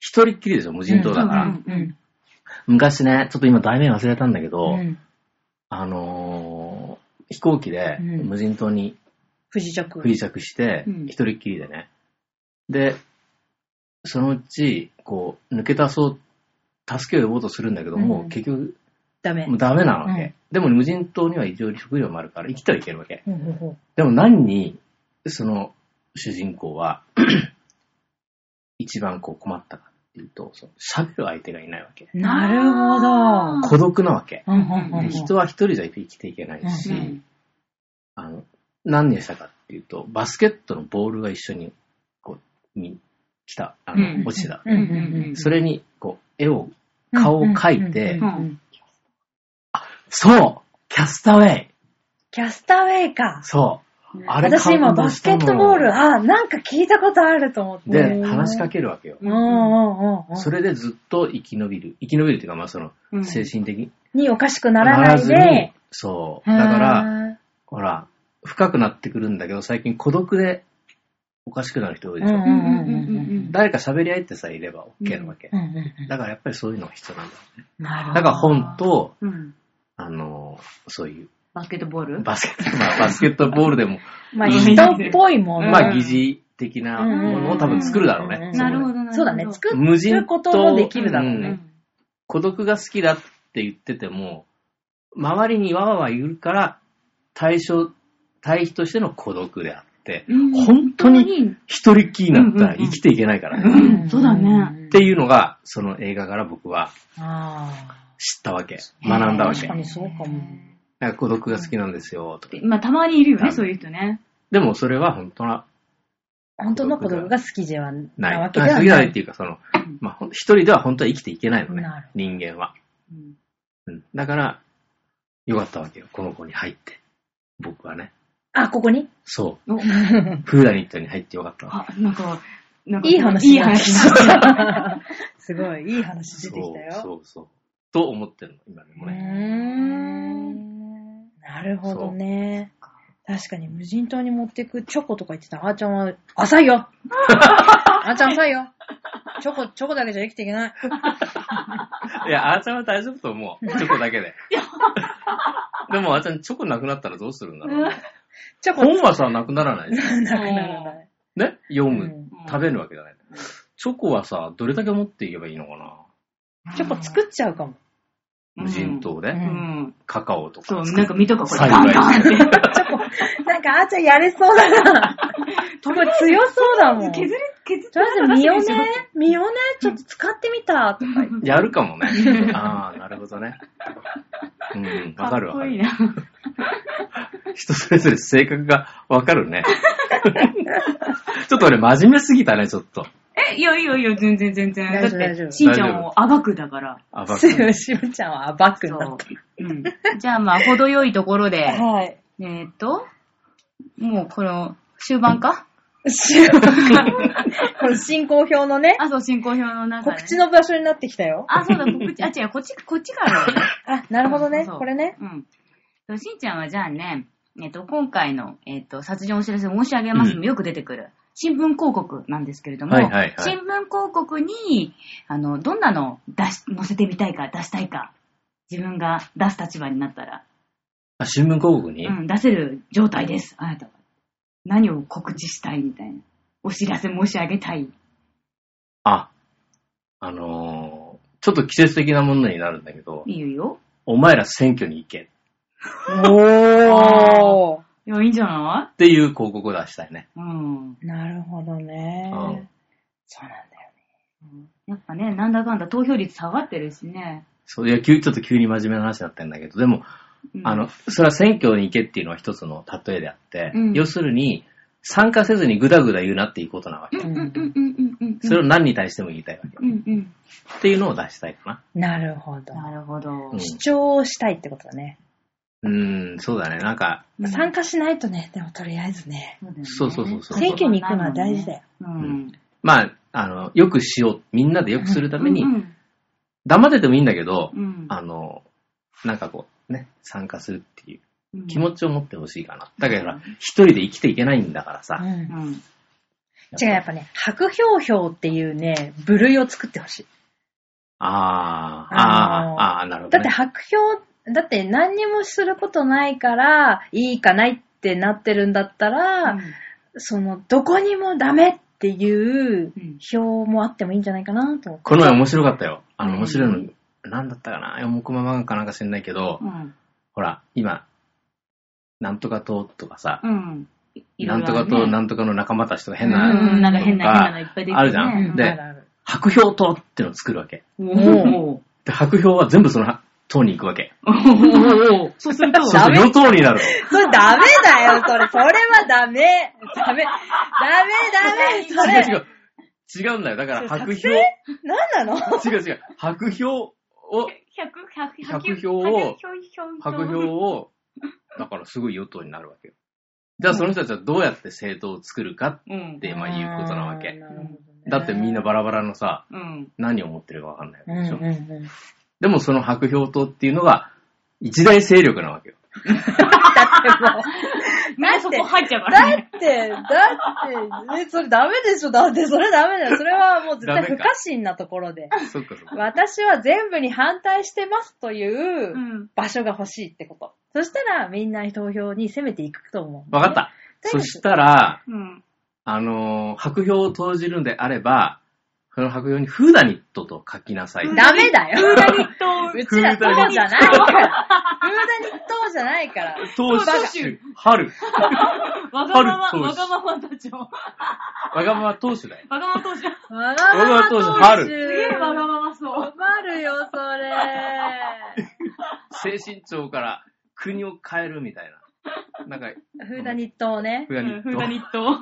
[SPEAKER 3] 一人っきりでしょ、無人島だから。
[SPEAKER 1] うんうん
[SPEAKER 3] 昔ね、ちょっと今題名忘れたんだけ
[SPEAKER 2] う
[SPEAKER 3] ど、
[SPEAKER 2] ん。
[SPEAKER 3] あのー、飛行機で
[SPEAKER 2] うん
[SPEAKER 3] 無人島に
[SPEAKER 2] 不時着。
[SPEAKER 3] 不時着して
[SPEAKER 1] う、ん
[SPEAKER 3] 一人っきりでね。で、そのうち、こう、抜け出そう、助けを呼ぼうとするんだけども、
[SPEAKER 2] うん
[SPEAKER 3] 結局、
[SPEAKER 2] ダメ
[SPEAKER 3] もう。ダメなわけ。
[SPEAKER 2] うん
[SPEAKER 3] でも無人島には一応食料もあるから生きてはいけるわけ。
[SPEAKER 2] ほうほうほう
[SPEAKER 3] でも何に、その主人公は、 一番こう困ったかっていうと、その喋る相手がいないわけ。
[SPEAKER 2] なるほど。
[SPEAKER 3] 孤独なわけ。
[SPEAKER 2] うんうんうんう
[SPEAKER 3] で
[SPEAKER 2] ん
[SPEAKER 3] 人は一人じゃ生きていけないし、
[SPEAKER 1] うん
[SPEAKER 3] あの、何にしたかっていうと、バスケットのボールが一緒に、こう、に、来た、あの、
[SPEAKER 1] うん
[SPEAKER 3] 落ちた。
[SPEAKER 2] うんうんうん
[SPEAKER 3] それに、こう、絵を、顔を描いて
[SPEAKER 2] うんうんうんうん
[SPEAKER 3] そうキャスターウェイ
[SPEAKER 2] キャスターウェイか。
[SPEAKER 3] そうあれ
[SPEAKER 2] 私今
[SPEAKER 3] 感動
[SPEAKER 2] バス
[SPEAKER 3] し
[SPEAKER 2] ケ
[SPEAKER 3] た
[SPEAKER 2] ッ
[SPEAKER 3] の
[SPEAKER 2] トボール、あ、なんか聞いたことあると思って。
[SPEAKER 3] で、話しかけるわけよ。
[SPEAKER 2] うんうんうんうん。
[SPEAKER 3] それでずっと生き延びる。生き延びるっていうか、まあその、
[SPEAKER 1] うん
[SPEAKER 3] 精神的に
[SPEAKER 2] におかしくな
[SPEAKER 3] な
[SPEAKER 2] ら
[SPEAKER 3] ら
[SPEAKER 2] ない
[SPEAKER 3] ずに
[SPEAKER 2] で。、
[SPEAKER 3] そう。だから、
[SPEAKER 2] ら、
[SPEAKER 3] ほら、深くなってくるんだけど、最近孤独でおかしくなる人多いでしょ。
[SPEAKER 2] うん
[SPEAKER 1] うんうんうんうん
[SPEAKER 3] 誰か喋り合いってさ、いれば OK なわけ。
[SPEAKER 2] うんうんうん
[SPEAKER 3] だからやっぱりそういうのが必要なんだ。
[SPEAKER 2] なるほ
[SPEAKER 3] だ
[SPEAKER 2] ど
[SPEAKER 3] から本と、
[SPEAKER 1] うん。
[SPEAKER 3] あの、そういう、
[SPEAKER 1] バスケットボール
[SPEAKER 3] バスケット、まあバスケットボールでも、
[SPEAKER 2] まあ人っぽいも
[SPEAKER 1] うん
[SPEAKER 2] の。
[SPEAKER 3] まあ疑似的なものを多分作るだろう
[SPEAKER 2] うんうん
[SPEAKER 3] ね。
[SPEAKER 2] うん
[SPEAKER 1] なるほど、なるほど。
[SPEAKER 2] そうだね。作
[SPEAKER 3] 無人
[SPEAKER 2] ることもできるだろう
[SPEAKER 3] う
[SPEAKER 2] ね
[SPEAKER 3] ん。孤独が好きだって言ってても、周りにわわわいるから、対象、対比としての孤独であって、
[SPEAKER 1] うん
[SPEAKER 3] 本当に一人っきりになったら生きていけないからね。
[SPEAKER 1] うんうんそうだね。
[SPEAKER 3] っていうのが、その映画から僕は
[SPEAKER 2] あ
[SPEAKER 3] 知ったわけ。学んだ
[SPEAKER 2] あ。
[SPEAKER 3] わ
[SPEAKER 2] 確
[SPEAKER 3] け
[SPEAKER 2] か。にそうかも。
[SPEAKER 3] なんか孤独が好きなんですよ、とか。
[SPEAKER 1] まあ、たまにいるよね、そういう人ね。
[SPEAKER 3] でもそれは本当な、
[SPEAKER 2] 本当の孤独が好きでは
[SPEAKER 3] ない。
[SPEAKER 2] なわけでは
[SPEAKER 3] あ好きじゃ
[SPEAKER 2] な
[SPEAKER 3] ないっ
[SPEAKER 2] い。
[SPEAKER 3] ていうか、その、まあほん、一人では本当は生きていけないのね
[SPEAKER 2] なる。
[SPEAKER 3] 人間は。
[SPEAKER 1] うん
[SPEAKER 3] うん。だから、よかったわけよ。この子に入って。僕はね。
[SPEAKER 2] あ、ここに
[SPEAKER 3] そう。
[SPEAKER 1] お
[SPEAKER 3] フーダニットに入ってよかったわ
[SPEAKER 1] あ、なんか、なんか
[SPEAKER 2] いい話
[SPEAKER 1] いい
[SPEAKER 2] になって
[SPEAKER 1] 話
[SPEAKER 2] き
[SPEAKER 1] だ。
[SPEAKER 2] た。すごい、いい話出てきたよ。
[SPEAKER 3] そうそうそう。と思ってるの、今でも
[SPEAKER 2] うー
[SPEAKER 3] ね。
[SPEAKER 2] んなるほどね。確かに無人島に持ってくチョコとか言ってた。あーちゃんは、浅い よあーちゃん浅いよチョコ、チョコだけじゃ生きていけない。
[SPEAKER 3] いや、あーちゃんは大丈夫と思う。チョコだけで。 でもあーちゃん、チョコなくなったらどうするんだろうね。
[SPEAKER 2] チョコ、
[SPEAKER 3] 本はさ、なくならないじゃん。
[SPEAKER 2] なくならない。
[SPEAKER 3] ね読
[SPEAKER 2] う
[SPEAKER 3] む
[SPEAKER 2] ん。
[SPEAKER 3] 食べるわけじゃない。チョコはさ、どれだけ持っていけばいいのかな
[SPEAKER 2] チョコ作っちゃうかも。
[SPEAKER 3] 無人島
[SPEAKER 2] う
[SPEAKER 3] で
[SPEAKER 1] うんん。
[SPEAKER 3] カカオと
[SPEAKER 1] そ
[SPEAKER 3] か
[SPEAKER 1] う、
[SPEAKER 3] 作
[SPEAKER 1] なん
[SPEAKER 3] る。
[SPEAKER 1] か見とか、これ、
[SPEAKER 3] 最
[SPEAKER 1] ガ
[SPEAKER 3] 後
[SPEAKER 1] ンガンって。
[SPEAKER 2] なんかあーちゃんやれそうだな。これ強そうだもん。と
[SPEAKER 1] 削
[SPEAKER 2] り
[SPEAKER 1] る、削っ
[SPEAKER 2] あえず身をね
[SPEAKER 1] 出してみる、
[SPEAKER 2] 身をね、ちょっと使ってみたと か言って。
[SPEAKER 3] やるか もね。ああ、なるほどね。うんうん、わかるわ
[SPEAKER 1] っ
[SPEAKER 3] か
[SPEAKER 1] こいい
[SPEAKER 3] る。
[SPEAKER 1] な。
[SPEAKER 3] 人それぞれ性格がわか るね。ちょっと俺真面目すぎたね、ちょっと。
[SPEAKER 1] え、いやいやいや、全然全然。
[SPEAKER 2] 大
[SPEAKER 1] だ
[SPEAKER 2] 丈
[SPEAKER 1] っ
[SPEAKER 2] 夫大丈夫
[SPEAKER 1] て、しんちゃんを暴くだから。
[SPEAKER 3] あ、ばっか
[SPEAKER 2] すぐしぶちゃんはバックになっ
[SPEAKER 1] う。うん。じゃあまあ、程よいところで
[SPEAKER 2] た。、はい。
[SPEAKER 1] えーっと、もうこの、終盤か
[SPEAKER 2] この進行表のね、
[SPEAKER 1] あ、そう、進行表の中で。
[SPEAKER 2] 告知の場所になってきたよ。
[SPEAKER 1] あ、そうだ、告知、あ、違う、こっち、こっちからだよ。
[SPEAKER 2] あ、なるほどね。
[SPEAKER 1] そう
[SPEAKER 2] これね。
[SPEAKER 1] うん。としんちゃんはじゃあね、えっ、と、今回の、えっ、と、殺人お知らせ申し上げますにもよく出てくる、新聞広告なんですけれども、
[SPEAKER 3] はいはいはい
[SPEAKER 1] 新聞広告に、あの、どんなのを出し、載せてみたいか、出したいか、自分が出す立場になったら、
[SPEAKER 3] あ、新聞広告に、
[SPEAKER 1] うん、出せる状態です、あなたは。何を告知したいみたいな。お知らせ申し上げたい。
[SPEAKER 3] あ、あのーちょっと季節的なものになるんだけど、
[SPEAKER 1] いいよいいよ。
[SPEAKER 3] お前ら選挙に行け
[SPEAKER 2] おー。
[SPEAKER 1] いや、いいんじゃな
[SPEAKER 3] っていう広告を出したいね。
[SPEAKER 1] いうん。
[SPEAKER 2] なるほどね
[SPEAKER 3] うん。
[SPEAKER 2] そうなんだよね。
[SPEAKER 1] やっぱね、なんだかんだ投票率下がってるしね。
[SPEAKER 3] そういや、急ちょっと急に真面目な話だったんだけど、でも、
[SPEAKER 1] うん
[SPEAKER 3] あの、それは選挙に行けっていうのは一つの例えであって、
[SPEAKER 1] うん
[SPEAKER 3] 要するに、参加せずにぐだぐだ言うなっていうことなわ
[SPEAKER 1] う
[SPEAKER 3] け。
[SPEAKER 1] んうんうんうんうんうん。
[SPEAKER 3] それを何に対しても言いたいわけ。
[SPEAKER 1] うんうん。
[SPEAKER 3] っていうのを出したいかな。
[SPEAKER 2] なるほど。
[SPEAKER 1] なるほど。
[SPEAKER 3] うん
[SPEAKER 2] 主張をしたいってことだね。
[SPEAKER 3] うーん、そうだね。なんか、
[SPEAKER 1] うん
[SPEAKER 2] 参加しないとね、でもとりあえずね。
[SPEAKER 1] そうだよね
[SPEAKER 3] そうそうそうそう
[SPEAKER 2] 選挙に行くのは大事だよ。。
[SPEAKER 1] う
[SPEAKER 3] うんん。まあ、あの、よくしよう。みんなでよくするために
[SPEAKER 1] う、ん
[SPEAKER 3] 黙っててもいいんだけど、
[SPEAKER 1] うん。
[SPEAKER 3] あの、なんかこう、ね、参加するっていう
[SPEAKER 1] うん
[SPEAKER 3] 気持ちを持ってほしいかな。だから、一人で生きていけないんだから
[SPEAKER 2] う
[SPEAKER 3] さ。
[SPEAKER 2] ん
[SPEAKER 1] うん。
[SPEAKER 2] 違う、やっぱね、白ひょうひょうっていうね、部類を作ってほしい。
[SPEAKER 3] あ
[SPEAKER 2] あのー
[SPEAKER 3] ー、あー、あー、なるほど、
[SPEAKER 2] だっ
[SPEAKER 3] ね。
[SPEAKER 2] て白氷、だって何にもすることないから、いいかないってなってるんだったら、その、どこにもダメっていう
[SPEAKER 1] うん
[SPEAKER 2] 表もあってもいいんじゃないかなと思って。
[SPEAKER 3] この前面白かったよ。あの、
[SPEAKER 1] うん
[SPEAKER 3] 面白いの、なんだったかな四目マ漫画かなんか知んないけど、
[SPEAKER 1] うん。
[SPEAKER 3] ほら、今、なんとか党とかさ、
[SPEAKER 1] うん。いろ
[SPEAKER 3] ない
[SPEAKER 1] ろ
[SPEAKER 3] んと
[SPEAKER 1] あ
[SPEAKER 3] か
[SPEAKER 1] るね
[SPEAKER 3] 党、なんとかの仲間たちとか変
[SPEAKER 1] う
[SPEAKER 3] な、
[SPEAKER 1] んうん、なんか変な、
[SPEAKER 3] と
[SPEAKER 1] 変
[SPEAKER 3] か
[SPEAKER 1] なのいっぱいできてね
[SPEAKER 3] あるじゃん
[SPEAKER 1] う
[SPEAKER 3] で
[SPEAKER 2] あるある
[SPEAKER 3] 白票党ってのを作るわけ。
[SPEAKER 1] おー
[SPEAKER 3] で、白票は全部その党に行くわけ。
[SPEAKER 1] おーそうすると、
[SPEAKER 3] そうすると、両党になる
[SPEAKER 2] それダメだ よ、それ。それはダメ。ダメ。ダ
[SPEAKER 3] の。
[SPEAKER 2] メ、ダメ。そ
[SPEAKER 3] 違
[SPEAKER 2] れ。
[SPEAKER 3] う違う。違うんだよ。だから白票、
[SPEAKER 2] 何なの
[SPEAKER 3] 違う違う。白票を、
[SPEAKER 1] 100、
[SPEAKER 3] 白票を白票を、だからすごい与党になるわけよ。じゃあその人たちはどうやって政党を作るか
[SPEAKER 1] うん
[SPEAKER 3] っ。て、まあいうことなわけ。
[SPEAKER 2] なるほどね
[SPEAKER 3] だってみんなバラバラのさ、
[SPEAKER 1] うん。
[SPEAKER 3] 何を持ってるかわかんない
[SPEAKER 2] うん
[SPEAKER 3] わけでしょ。
[SPEAKER 2] うんうん。
[SPEAKER 3] でもその白票党っていうのが一大勢力な わけよ。
[SPEAKER 2] だってもう。
[SPEAKER 1] みんなそこ入っちゃうから
[SPEAKER 2] だ
[SPEAKER 1] ね。。
[SPEAKER 2] って、だって、え、それダメでしょだって、それダメだよ。それはもう絶対
[SPEAKER 3] ダ
[SPEAKER 2] 不
[SPEAKER 3] メか
[SPEAKER 2] 可侵なところで。
[SPEAKER 3] そっかそっか。
[SPEAKER 2] 私は全部に反対してますといううん場所が欲しいってこと。そしたら、みんな投票に攻めていくと思う。
[SPEAKER 3] わかった。
[SPEAKER 2] と
[SPEAKER 3] そ
[SPEAKER 2] りあえず
[SPEAKER 3] したら、
[SPEAKER 1] うん。
[SPEAKER 3] あのー白票を投じるんであれば、その白票にフーダニットと書きなさい。
[SPEAKER 2] ダメだよ。
[SPEAKER 1] フーダニット
[SPEAKER 2] うちら党じゃないから。フーダニットじゃないから。
[SPEAKER 3] 投手、春。
[SPEAKER 1] わがまま、
[SPEAKER 3] 春
[SPEAKER 1] わがままたちを。わ
[SPEAKER 3] わがまま投手だよ。
[SPEAKER 1] がまま投手。すげ
[SPEAKER 2] わ
[SPEAKER 3] がまま投手春
[SPEAKER 1] えわが
[SPEAKER 2] わ
[SPEAKER 1] ままそう。
[SPEAKER 2] かるよ、それ。
[SPEAKER 3] 精神庁から国を変えるみたいな。なんか、
[SPEAKER 2] フーダニットをね
[SPEAKER 3] フ、ー
[SPEAKER 1] う
[SPEAKER 3] ダニ
[SPEAKER 1] ん
[SPEAKER 3] ッ
[SPEAKER 1] フーダニ
[SPEAKER 3] ト。
[SPEAKER 1] ット。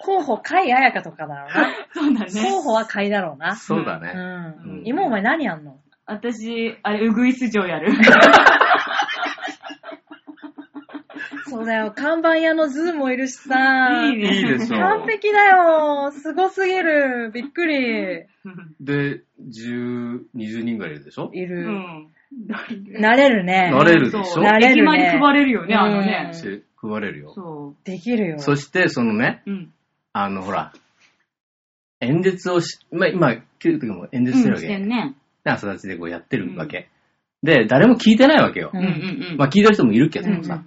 [SPEAKER 2] 候補、甲斐彩香とかだろうな。
[SPEAKER 1] そうだね
[SPEAKER 2] 候。補は甲斐だろうな。
[SPEAKER 3] そうだね。
[SPEAKER 2] う
[SPEAKER 3] うん
[SPEAKER 2] ん。今お前何やんの
[SPEAKER 1] 私、あれ、う ぐいす嬢やる。
[SPEAKER 2] そうだよ、看板屋のズーもいるしさ。
[SPEAKER 1] いいね
[SPEAKER 3] いいでしょ
[SPEAKER 2] 完璧だよ。すごすぎる。びっくり。
[SPEAKER 3] で、10、20人ぐらいいるでしょ
[SPEAKER 2] いうる。
[SPEAKER 1] ん。
[SPEAKER 2] なれるね。
[SPEAKER 3] なれるでしょ
[SPEAKER 1] そう
[SPEAKER 2] なれる
[SPEAKER 1] 駅
[SPEAKER 2] ね
[SPEAKER 1] 前に配れるよね、あの
[SPEAKER 2] うん
[SPEAKER 1] ね。
[SPEAKER 3] し配れるよ。
[SPEAKER 1] そ
[SPEAKER 2] できるよ。
[SPEAKER 3] そして、そのね、
[SPEAKER 1] う。うん。
[SPEAKER 3] あの、ほら、演説をし、まあ、今、キュウト君も演
[SPEAKER 1] う
[SPEAKER 3] 説してる
[SPEAKER 1] ん、
[SPEAKER 3] わ
[SPEAKER 1] し
[SPEAKER 3] け。
[SPEAKER 1] てんね。
[SPEAKER 3] で朝立ちでこうやってるわけ。で、誰も聞いてないわけよ
[SPEAKER 2] う
[SPEAKER 1] うんん。うんうん。
[SPEAKER 3] まあ、聞いてる人もいるけど
[SPEAKER 2] うんうん
[SPEAKER 3] も
[SPEAKER 2] う
[SPEAKER 3] さ。
[SPEAKER 2] ん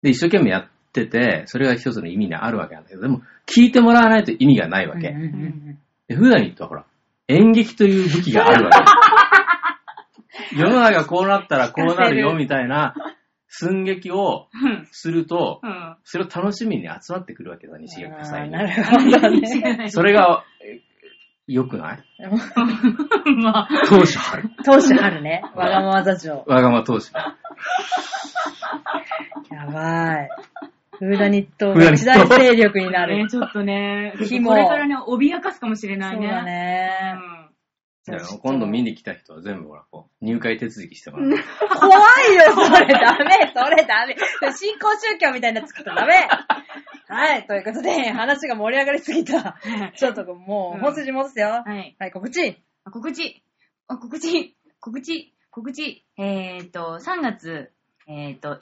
[SPEAKER 3] で、一生懸命やってて、それが一つの意味があるわけなんだけど、でも、聞いてもらわないと意味がないわけ。
[SPEAKER 2] うんうんうん
[SPEAKER 3] で、普段に言ったらほら、演劇という武器があるわけ。世の中こうなったらこうなるよみたいな寸劇を
[SPEAKER 1] うん
[SPEAKER 3] すると、
[SPEAKER 1] うん。
[SPEAKER 3] それを楽しみに集まってくるわけだ、西垣さ
[SPEAKER 2] あー
[SPEAKER 3] ん
[SPEAKER 2] な
[SPEAKER 3] に。
[SPEAKER 2] るほど ね。
[SPEAKER 3] それが、え良くない
[SPEAKER 1] まあ、
[SPEAKER 3] 当主 春。
[SPEAKER 2] 当主春ね。わがまま座長。
[SPEAKER 3] わがま当主。
[SPEAKER 2] やばい。フーダニット
[SPEAKER 3] フーダ
[SPEAKER 2] が
[SPEAKER 3] ニット
[SPEAKER 2] 一大勢力になる
[SPEAKER 1] ね、。ちょっとね、
[SPEAKER 2] 紐
[SPEAKER 1] これからね、脅かすかもしれな
[SPEAKER 2] そ
[SPEAKER 1] いうね。
[SPEAKER 2] だね。
[SPEAKER 3] だから今度見に来た人は全部ほら、こう、入会手続きしてもらう。
[SPEAKER 2] 怖いよ、それダメ、それダメ。新興宗教みたいなやつ作ったらダメ。はい、ということで、話が盛り上がりすぎた。ちょっとも
[SPEAKER 1] う
[SPEAKER 2] う、
[SPEAKER 1] ん
[SPEAKER 2] 本筋戻すよ。
[SPEAKER 1] はい。
[SPEAKER 2] はい、告知。
[SPEAKER 1] あ告知あ告知 告知告知えー、と、3月、えー、と、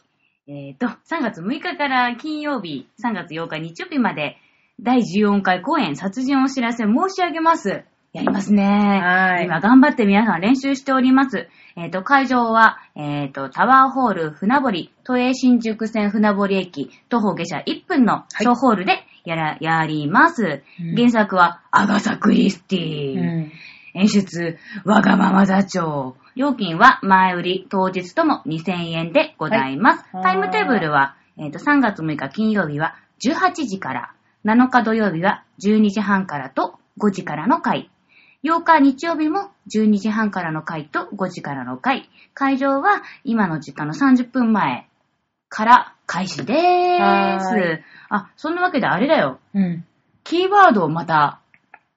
[SPEAKER 1] えー、と、3月6日から金曜日、3月8日日曜日まで、第14回公演殺人お知らせ申し上げます。やりますね。
[SPEAKER 2] はい
[SPEAKER 1] 今頑張って皆さん練習しております。えっ、と、会場は、えっ、と、タワーホール船堀、都営新宿線船堀駅、徒歩下車1分の小ホールでやら、やります。
[SPEAKER 2] うん
[SPEAKER 1] 原作は、アガサ・クリスティ。
[SPEAKER 2] うん。
[SPEAKER 1] 演出、わがまま座長。料金は前売り当日とも2000円でございます。
[SPEAKER 2] はい
[SPEAKER 1] タイムテーブルは、えーと3月6日金曜日は18時から、7日土曜日は12時半からと5時からの回。8日日曜日も12時半からの回と5時からの回。会場は今の時間の30分前から開始でー
[SPEAKER 2] はー
[SPEAKER 1] す。あ、そんなわけであれだよ。
[SPEAKER 2] うん。
[SPEAKER 1] キーワードをまた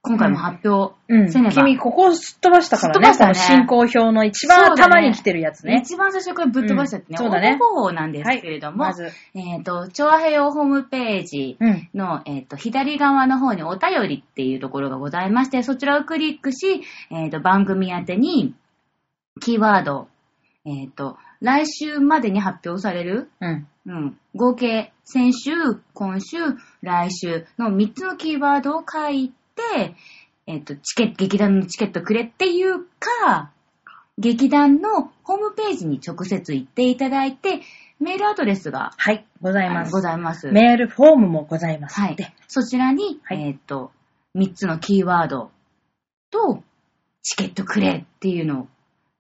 [SPEAKER 1] 今回も発表
[SPEAKER 2] うん
[SPEAKER 1] せねば。
[SPEAKER 2] 君、ここをすっ飛ばしたからね。
[SPEAKER 1] すっ飛ばしたね
[SPEAKER 2] この進行表の
[SPEAKER 1] そ
[SPEAKER 2] 一番
[SPEAKER 1] うだね
[SPEAKER 2] 頭に来てるやつね。
[SPEAKER 1] 一番最初からぶっ飛ばしたってね、
[SPEAKER 2] うんそうだ
[SPEAKER 1] 応
[SPEAKER 2] ね
[SPEAKER 1] 募方法なんですけれども、
[SPEAKER 2] まず。
[SPEAKER 1] えっ、と、調和平和ホームページ
[SPEAKER 2] うん。
[SPEAKER 1] の、えっ、と、左側の方にお便りっていうところがございまして、そちらをクリックし、えっ、と、番組宛てに、キーワード、えっ、と、来週までに発表される、
[SPEAKER 2] うん。
[SPEAKER 1] うん、合計、先週、今週、来週の3つのキーワードを書いて、えっ、と、チケット、劇団のチケットくれっていうか、劇団のホームページに直接行っていただいて、メールアドレスが
[SPEAKER 2] はい、ございま
[SPEAKER 1] あの
[SPEAKER 2] す。
[SPEAKER 1] ございます。
[SPEAKER 2] メールフォームもございます。
[SPEAKER 1] はい
[SPEAKER 2] で、。
[SPEAKER 1] そちらに、
[SPEAKER 2] はい
[SPEAKER 1] えっ、と、3つのキーワードと、チケットくれっていうのを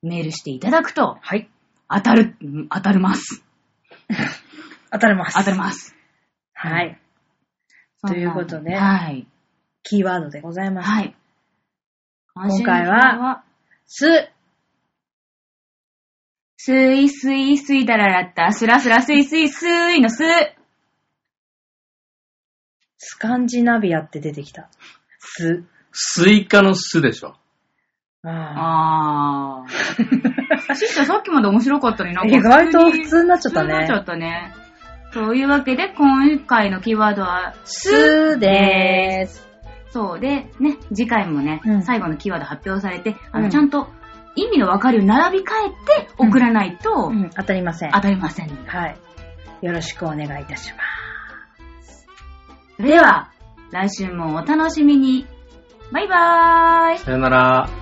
[SPEAKER 1] メールしていただくと、
[SPEAKER 2] はい。
[SPEAKER 1] 当たる、うん当たります。
[SPEAKER 2] 当たります。
[SPEAKER 1] 当たります。
[SPEAKER 2] はい。ということ
[SPEAKER 1] そ
[SPEAKER 2] で
[SPEAKER 1] んなはい。
[SPEAKER 2] キーワードでございます。
[SPEAKER 1] はい。
[SPEAKER 2] 今回は、す、
[SPEAKER 1] すいすいすいだららった、すらすらすいすいすいのす、
[SPEAKER 2] スカンジナビアって出てきた。す。
[SPEAKER 3] スイカの巣でしょ。
[SPEAKER 2] あ
[SPEAKER 1] あー。しっちゃんさっきまで面白かったのになんか
[SPEAKER 2] 意外と
[SPEAKER 1] に
[SPEAKER 2] 普通になっちゃった
[SPEAKER 1] 普通になっちゃ
[SPEAKER 2] ね。
[SPEAKER 1] ったね。というわけで、今回のキーワードは、
[SPEAKER 2] すでーす。
[SPEAKER 1] そうで、ね、次回もね、
[SPEAKER 2] うん
[SPEAKER 1] 最後のキーワード発表されて、あ
[SPEAKER 2] う
[SPEAKER 1] の、
[SPEAKER 2] ん
[SPEAKER 1] ちゃんと意味のわかるように並び替えて送らないと
[SPEAKER 2] うん、当たりません。
[SPEAKER 1] 当たりません。
[SPEAKER 2] はい。よろしくお願いいたします。
[SPEAKER 1] それでは、来週もお楽しみに。バイバーイ
[SPEAKER 3] さよなら。